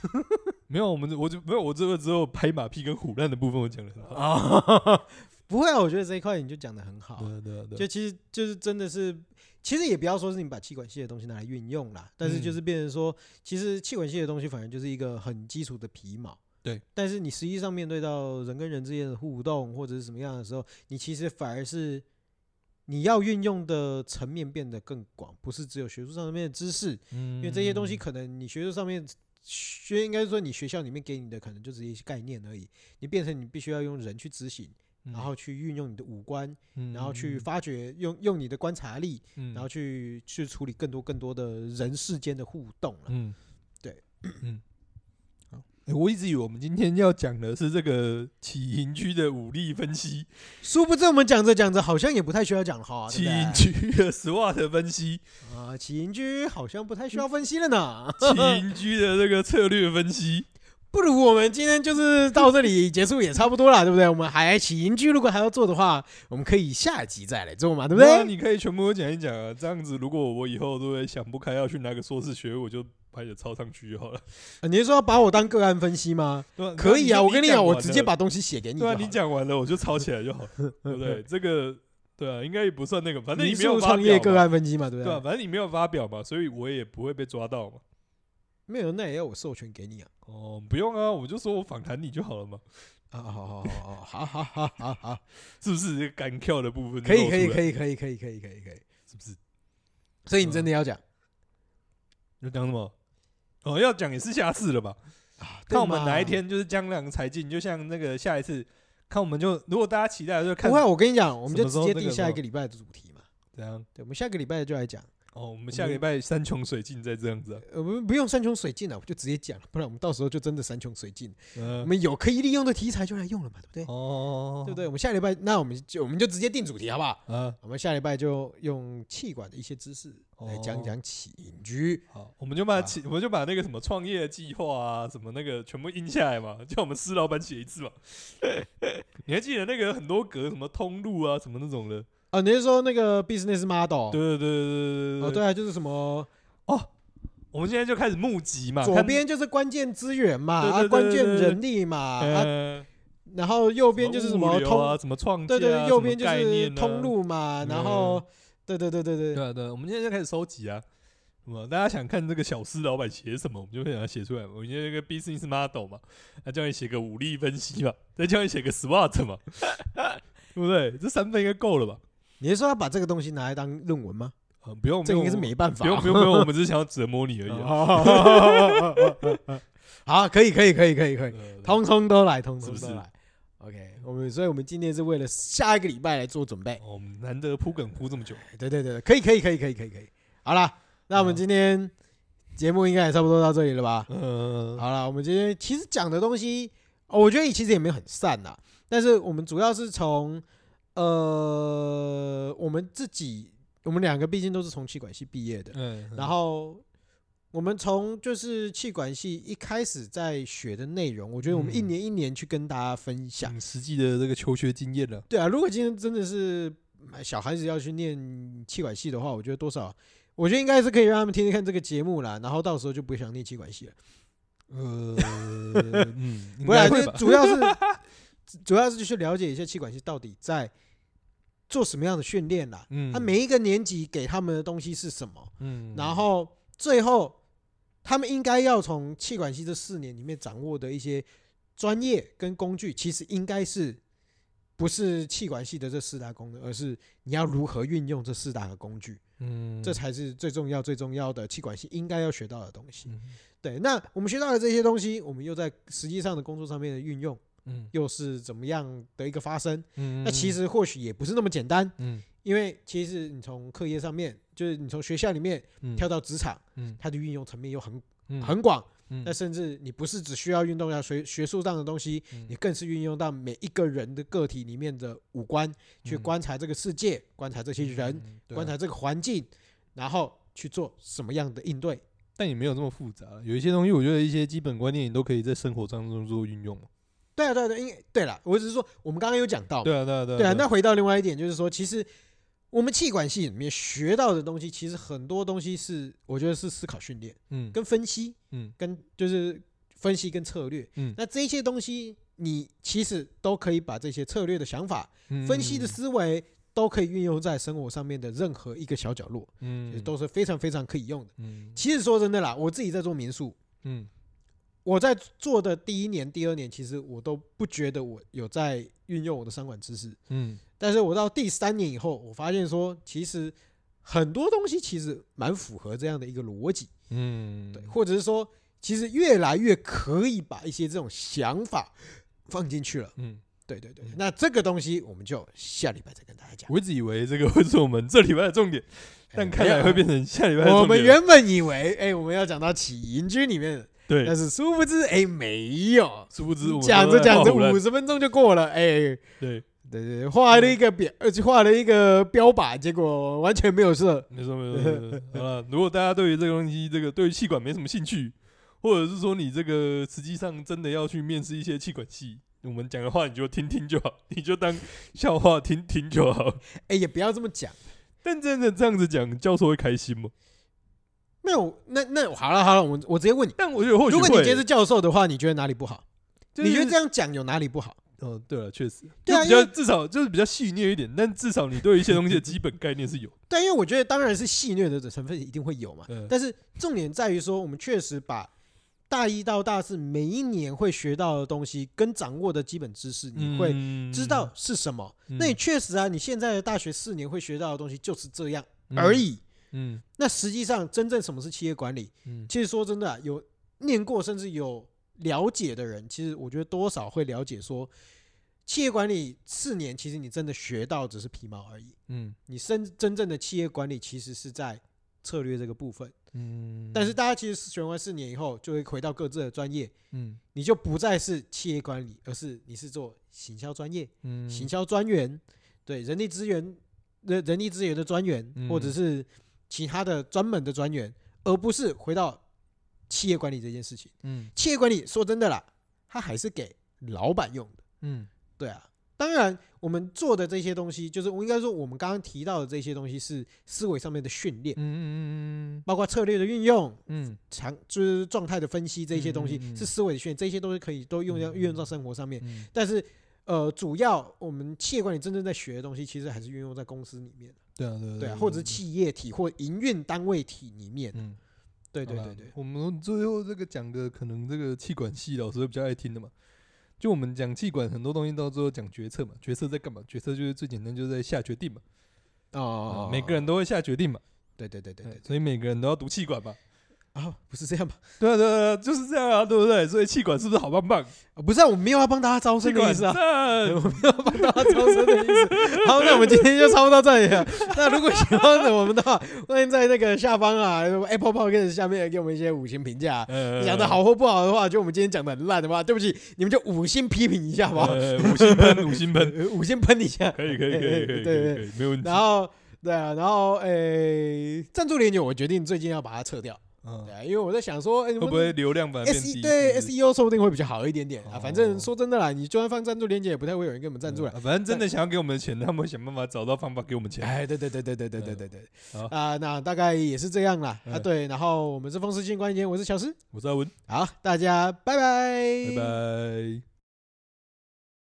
Speaker 2: 没有，我们我就没有，我这个只有拍马屁跟虎烂的部分我讲了很好。
Speaker 1: 啊， 不会啊，我觉得这一块你就讲的很好
Speaker 2: 对。啊对啊对啊，
Speaker 1: 就其实就是真的是，其实也不要说是你把气管系的东西拿来运用啦，但是
Speaker 2: 嗯
Speaker 1: 就是变成说，其实气管系的东西反正就是一个很基础的皮毛。
Speaker 2: 对，
Speaker 1: 但是你实际上面对到人跟人之间的互动或者是什么样的时候，你其实反而是你要运用的层面变得更广，不是只有学术上面的知识，
Speaker 2: 因
Speaker 1: 因为这些
Speaker 2: 嗯
Speaker 1: 东西可能你学术上面学应该说你学校里面给你的可能就只是一些概念而已，你变成你必须要用人去执行，
Speaker 2: 嗯
Speaker 1: 然后去运用你的五官，然后去发掘，用用你的观察力，
Speaker 2: 嗯，
Speaker 1: 然后去去处理更多更多的人世间的互动了。
Speaker 2: 嗯，
Speaker 1: 对，
Speaker 2: 嗯，好。诶我一直以为我们今天要讲的是这个起因区的武力分析，
Speaker 1: 殊不知我们讲着讲着，好像也不太需要讲了哈，
Speaker 2: 起
Speaker 1: 啊对不对？
Speaker 2: 因区的 SWOT 分析，
Speaker 1: 啊，起因居好像不太
Speaker 2: 嗯
Speaker 1: 需要分析了呢。
Speaker 2: 起因区的这个策略分析。
Speaker 1: 不如我们今天就是到这里结束也差不多了，对不对？我们还起因居如果还要做的话，我们可以下一集再来做 嘛，对不对？
Speaker 2: 那你可以全部都讲一讲啊，这样子如果我以后对不对想不开要去拿个硕士学位，我就把你的抄上去就好了。
Speaker 1: 啊你是说要把我当个案分析吗？
Speaker 2: 对啊
Speaker 1: 可以啊，我跟你
Speaker 2: 你讲
Speaker 1: 讲，我
Speaker 2: 完
Speaker 1: 直接
Speaker 2: 了
Speaker 1: 把东西写给你就
Speaker 2: 对
Speaker 1: 好
Speaker 2: 啊，
Speaker 1: 了。
Speaker 2: 你讲完了我就抄起来就好 了，对不对？这个对啊，应该也不算那个，反正你
Speaker 1: 民
Speaker 2: 没有
Speaker 1: 宿
Speaker 2: 发
Speaker 1: 创业
Speaker 2: 表
Speaker 1: 个
Speaker 2: 嘛，
Speaker 1: 案分析嘛，对不
Speaker 2: 对啊，
Speaker 1: 对？
Speaker 2: 反正你没有发表嘛，所以我也不会被抓到嘛。
Speaker 1: 没有，那也要我授权给你啊。
Speaker 2: 哦，不用啊，我就说我访谈你就好了嘛，
Speaker 1: 啊，好好好好好好 好好，
Speaker 2: 是不是？这个干跳的部分
Speaker 1: 可以可以可
Speaker 2: 以，
Speaker 1: 以可以可以可以可以可以。
Speaker 2: 是不是？
Speaker 1: 所以你真
Speaker 2: 嗯
Speaker 1: 的要讲
Speaker 2: 要讲什么？哦，要讲也是下次了吧？
Speaker 1: 啊？对
Speaker 2: 看我们
Speaker 1: 嘛
Speaker 2: 哪一？天就是江郎才尽，就像那个下一次，看我们就如果大家期待就看
Speaker 1: 不会，啊我跟你讲，我们就
Speaker 2: 什么时
Speaker 1: 直
Speaker 2: 候
Speaker 1: 接
Speaker 2: 那个
Speaker 1: 定下
Speaker 2: 什
Speaker 1: 一
Speaker 2: 么
Speaker 1: 个礼拜的主题嘛。
Speaker 2: 怎样。
Speaker 1: 对，我们下个礼拜就来讲，
Speaker 2: 哦，我们下个礼拜山穷水尽再这样子啊。
Speaker 1: 呃我们不用山穷水尽了，我就直接讲了，不然我们到时候就真的山穷水尽。我
Speaker 2: 嗯，
Speaker 1: 们有可以利用的题材就来用了嘛，对不对？
Speaker 2: 哦，
Speaker 1: 对不对？我们下礼拜，那我们就我们就直接定主题好不好？
Speaker 2: 对？啊，
Speaker 1: 我们下礼拜就用气管的一些知识来讲
Speaker 2: 哦
Speaker 1: 讲啊起隐居。
Speaker 2: 好，我们就把起，我们就把那个什么创业计划啊，什么那个全部印下来嘛， 叫我们施老板写一次嘛。 你还记得那个很多格什么通路啊，什么那种的？
Speaker 1: 哦，你是说那个 business model？
Speaker 2: 对对哦对对
Speaker 1: 哦，
Speaker 2: 对对
Speaker 1: 对啊，就是什么
Speaker 2: 哦，我们现在就开始募集嘛，
Speaker 1: 左
Speaker 2: 啊看
Speaker 1: 边就是关键资源嘛，
Speaker 2: 对对
Speaker 1: 啊，
Speaker 2: 对
Speaker 1: 关
Speaker 2: 对
Speaker 1: 键
Speaker 2: 对
Speaker 1: 人力嘛，啊，
Speaker 2: 呃，
Speaker 1: 然后右边就是什么
Speaker 2: 物流
Speaker 1: 通
Speaker 2: 啊，什么创
Speaker 1: 对
Speaker 2: 建啊
Speaker 1: 对，右边
Speaker 2: 什
Speaker 1: 就
Speaker 2: 么概
Speaker 1: 是
Speaker 2: 念啊
Speaker 1: 通路嘛，然后对对对对
Speaker 2: 对
Speaker 1: 对，
Speaker 2: 啊，对啊，我们现在就开始收集啊。什么？大家想看这个小司老板写什么，我们就会把它写出来嘛。我们现在这个 business model 嘛，那叫你写个武力分析嘛，再叫你写个 SWOT 嘛， 对不对？这三份应该够了吧？
Speaker 1: 你是说要把这个东西拿来当论文吗？
Speaker 2: 嗯，不用，
Speaker 1: 这个
Speaker 2: 不
Speaker 1: 应该
Speaker 2: 用
Speaker 1: 是没办法
Speaker 2: 不，用，不用，不用，我们只是想要折磨你而 已、啊。
Speaker 1: 哦好，可以可以可以可以可以，
Speaker 2: 呃
Speaker 1: 通通都来，通
Speaker 2: 是
Speaker 1: 通
Speaker 2: 不是
Speaker 1: 都来。OK，我们所以我们今天是为了下一个礼拜来做准备。
Speaker 2: 哦我们难得铺梗铺这么久，
Speaker 1: 哎对对对，可以可以可以可以可以可以。好啦，那我们
Speaker 2: 嗯
Speaker 1: 今天节目应该也差不多到这里了吧？
Speaker 2: 嗯、
Speaker 1: 好了，我们今天其实讲的东西，哦我觉得其实也没有很散呐，但是我们主要是从呃我们自己，我们两个毕竟都是从气管系毕业的，
Speaker 2: 嗯，
Speaker 1: 然后我们从就是气管系一开始在学的内容，我觉得我们一
Speaker 2: 嗯
Speaker 1: 年一年去跟大家分享。
Speaker 2: 讲实际的这个求学经验 了，
Speaker 1: 对啊，如果今天真的是买小孩子要去念气管系的话，我觉得多少，我觉得应该是可以让他们天天看这个节目啦，然后到时候就不会想念气管系了。
Speaker 2: 呃，嗯，应
Speaker 1: 不是啊，
Speaker 2: 该
Speaker 1: 就是主
Speaker 2: 会吧？
Speaker 1: 要是 主要是去了解一下气管系到底在做什么样的训练啦。
Speaker 2: 嗯，
Speaker 1: 他每一个年级给他们的东西是什么，
Speaker 2: 嗯，
Speaker 1: 然后最后他们应该要从气管系这四年里面掌握的一些专业跟工具，其实应该是不是气管系的这四大功能，而是你要如何运用这四大个工具，
Speaker 2: 嗯，
Speaker 1: 这才是最重要最重要的气管系应该要学到的东西。
Speaker 2: 嗯
Speaker 1: 对，那我们学到的这些东西，我们又在实际上的工作上面的运用，
Speaker 2: 嗯
Speaker 1: 又是怎么样的一个发生？
Speaker 2: 嗯，
Speaker 1: 那其实或许也不是那么简单，
Speaker 2: 嗯
Speaker 1: 因为其实你从课业上面，就是你从学校里面
Speaker 2: 嗯
Speaker 1: 跳到职场，
Speaker 2: 嗯
Speaker 1: 它的运用层面又很
Speaker 2: 嗯
Speaker 1: 很广。
Speaker 2: 嗯
Speaker 1: 那甚至你不是只需要运动要学学术上的东西，
Speaker 2: 嗯
Speaker 1: 你更是运用到每一个人的个体里面的五官，去
Speaker 2: 嗯
Speaker 1: 观察这个世界，观察这些人，
Speaker 2: 嗯对啊
Speaker 1: 观察这个环境，然后去做什么样的应对。
Speaker 2: 但也没有这么复杂。有一些东西，我觉得一些基本观念你都可以在生活当中做运用嘛。
Speaker 1: 对啊，对啊，对啊，因为对了，我只是说我们刚刚有讲到嘛，
Speaker 2: 对啊，对啊，对啊。
Speaker 1: 对啊。那回到另外一点，就是说，其实我们气管系里面学到的东西，其实很多东西是我觉得是思考训练
Speaker 2: 嗯
Speaker 1: 跟分析，
Speaker 2: 嗯
Speaker 1: 跟就是分析跟策略，
Speaker 2: 嗯
Speaker 1: 那这些东西你其实都可以把这些策略的想法、
Speaker 2: 嗯
Speaker 1: 分析的思维。都可以运用在生活上面的任何一个小角落，其实
Speaker 2: 嗯
Speaker 1: 都是非常非常可以用的。
Speaker 2: 嗯
Speaker 1: 其实说真的啦，我自己在做民宿，
Speaker 2: 嗯
Speaker 1: 我在做的第一年、第二年，其实我都不觉得我有在运用我的商管知识。
Speaker 2: 嗯
Speaker 1: 但是我到第三年以后，我发现说，其实很多东西其实蛮符合这样的一个逻辑，
Speaker 2: 嗯，
Speaker 1: 对，或者是说，其实越来越可以把一些这种想法放进去了。
Speaker 2: 嗯，
Speaker 1: 对对对，那这个东西我们就下礼拜再跟大家讲。哎
Speaker 2: 我一直以为这个会是我们这礼拜的重点，但看来会变成下礼拜的
Speaker 1: 哎。我
Speaker 2: 重
Speaker 1: 们
Speaker 2: 点了。
Speaker 1: 原本以为，哎，我们要讲到起营区里面的，但
Speaker 2: 对，
Speaker 1: 是殊不知，哎，没有。
Speaker 2: 殊不知我们
Speaker 1: 讲
Speaker 2: 都
Speaker 1: 着
Speaker 2: 在
Speaker 1: 讲着，
Speaker 2: 画虎烂
Speaker 1: 五十分钟就过了，哎，
Speaker 2: 对，
Speaker 1: 对对，对，画了一个表，呃，画了一个标靶，结果完全没有射。
Speaker 2: 没错没错没错。好了，如果大家对于这个东西，这个对于气管没什么兴趣，或者是说你这个实际上真的要去面试一些气管系，我们讲的话你就听听就好，你就当笑话听听就好。
Speaker 1: 哎，也不要这么讲。
Speaker 2: 但真的这样子讲，教授会开心吗？
Speaker 1: 没有，那那好了好了，我我直接问你，
Speaker 2: 但我觉得或许
Speaker 1: 如果你
Speaker 2: 会
Speaker 1: 今天是教授的话，你觉得哪里不好？
Speaker 2: 就是
Speaker 1: 你觉得这样讲有哪里不好？
Speaker 2: 哦，对了，确实，
Speaker 1: 对啊因
Speaker 2: 就比较
Speaker 1: 为
Speaker 2: 至少就是比较细腻一点，但至少你对一些东西的基本概念是有。
Speaker 1: 对，因为我觉得当然是戏虐的成分一定会有嘛
Speaker 2: 嗯，
Speaker 1: 但是重点在于说，我们确实把大一到大四每一年会学到的东西跟掌握的基本知识，你会
Speaker 2: 嗯
Speaker 1: 知道，是什么。
Speaker 2: 嗯
Speaker 1: 那你确实啊，你现在的大学四年会学到的东西就是这样而。已。
Speaker 2: 嗯
Speaker 1: 那实际上，真正什么是企业管理？
Speaker 2: 嗯
Speaker 1: 其实说真的、啊，有念过甚至有了解的人，其实我觉得多少会了解说，企业管理四年，其实你真的学到只是皮毛而已。
Speaker 2: 嗯
Speaker 1: 你真真正的企业管理其实是在策略这个部分。
Speaker 2: 嗯，
Speaker 1: 但是大家其实学完四年以后，就会回到各自的专业，
Speaker 2: 嗯
Speaker 1: 你就不再是企业管理，而是你是做行销专业、
Speaker 2: 嗯
Speaker 1: 行销专员，对人力资源、人人力资源的专员，或者
Speaker 2: 嗯
Speaker 1: 是其他的专门的专员，而不是回到企业管理这件事情。
Speaker 2: 嗯
Speaker 1: 企业管理说真的啦，它还是给老板用的，
Speaker 2: 嗯
Speaker 1: 对啊。当然，我们做的这些东西，就是我应该说，我们刚刚提到的这些东西是思维上面的训练
Speaker 2: 嗯，嗯嗯
Speaker 1: 包括策略的运用、
Speaker 2: 嗯
Speaker 1: 长就是状态的分析这些东西
Speaker 2: 嗯嗯嗯嗯
Speaker 1: 是思维的训练，这些都是可以都用到
Speaker 2: 嗯嗯
Speaker 1: 运用到生活上面。
Speaker 2: 嗯
Speaker 1: 但是，呃，主要我们企业管理真正在学的东西，其实还是运用在公司里面，
Speaker 2: 对啊对啊
Speaker 1: 对啊，或者是企业体或营运单位体里面，
Speaker 2: 嗯。
Speaker 1: 对对
Speaker 2: 好
Speaker 1: 对
Speaker 2: 啦
Speaker 1: 对，
Speaker 2: 我们最后这个讲个可能这个气管系老师会比较爱听的嘛。就我们讲气管很多东西到最后讲决策嘛，决策在干嘛？决策就是最简单，就是在下决定嘛。
Speaker 1: 哦
Speaker 2: 啊，每个人都会下决定嘛，嗯
Speaker 1: 对对对对对
Speaker 2: 所以每个人都要读气管嘛。嗯
Speaker 1: 啊，不是这样吧？
Speaker 2: 对啊，对啊对啊，就是这样啊，对不对？所以气管是不是好棒 棒？
Speaker 1: 啊不是啊，我没有要帮大家招
Speaker 2: 气
Speaker 1: 生的
Speaker 2: 管
Speaker 1: 意思啊。
Speaker 2: 赞
Speaker 1: 我没有帮大家招生的意思。好，那我们今天就差不多到这里 了。那如果喜欢我们的话，欢迎在那个下方啊，Apple Podcast 下面给我们一些五星评价。
Speaker 2: 呃
Speaker 1: 讲的好或不好的话，就我们今天讲的很烂的话，对不起，你们就五星批评一下吧，
Speaker 2: 呃五星喷，五星 喷，
Speaker 1: 呃五星喷一下。
Speaker 2: 可以可以可以可以可
Speaker 1: 对
Speaker 2: 以，
Speaker 1: 对
Speaker 2: 可以没问题
Speaker 1: 然。后对啊，然后诶，赞助连接我决定最近要把它撤掉，
Speaker 2: 嗯
Speaker 1: 对啊，因为我在想说，诶
Speaker 2: 会不会流量反而变
Speaker 1: S E
Speaker 2: 低？
Speaker 1: 对
Speaker 2: 是不是
Speaker 1: SEO 说不定会比较好一点点啊。
Speaker 2: 哦
Speaker 1: 反正说真的啦，你就算放赞助链接，也不太会有人给我们赞助了。
Speaker 2: 嗯反正真的想要给我们钱，他们会想办法找到方法给我们钱。
Speaker 1: 哎，对对对对对对对对对
Speaker 2: 好，
Speaker 1: 啊，那大概也是这样啦。啊，
Speaker 2: 嗯
Speaker 1: 对，然后我们是风湿性关节炎，我是小诗，
Speaker 2: 我是阿文，
Speaker 1: 哎好，大家拜拜，
Speaker 2: 拜拜。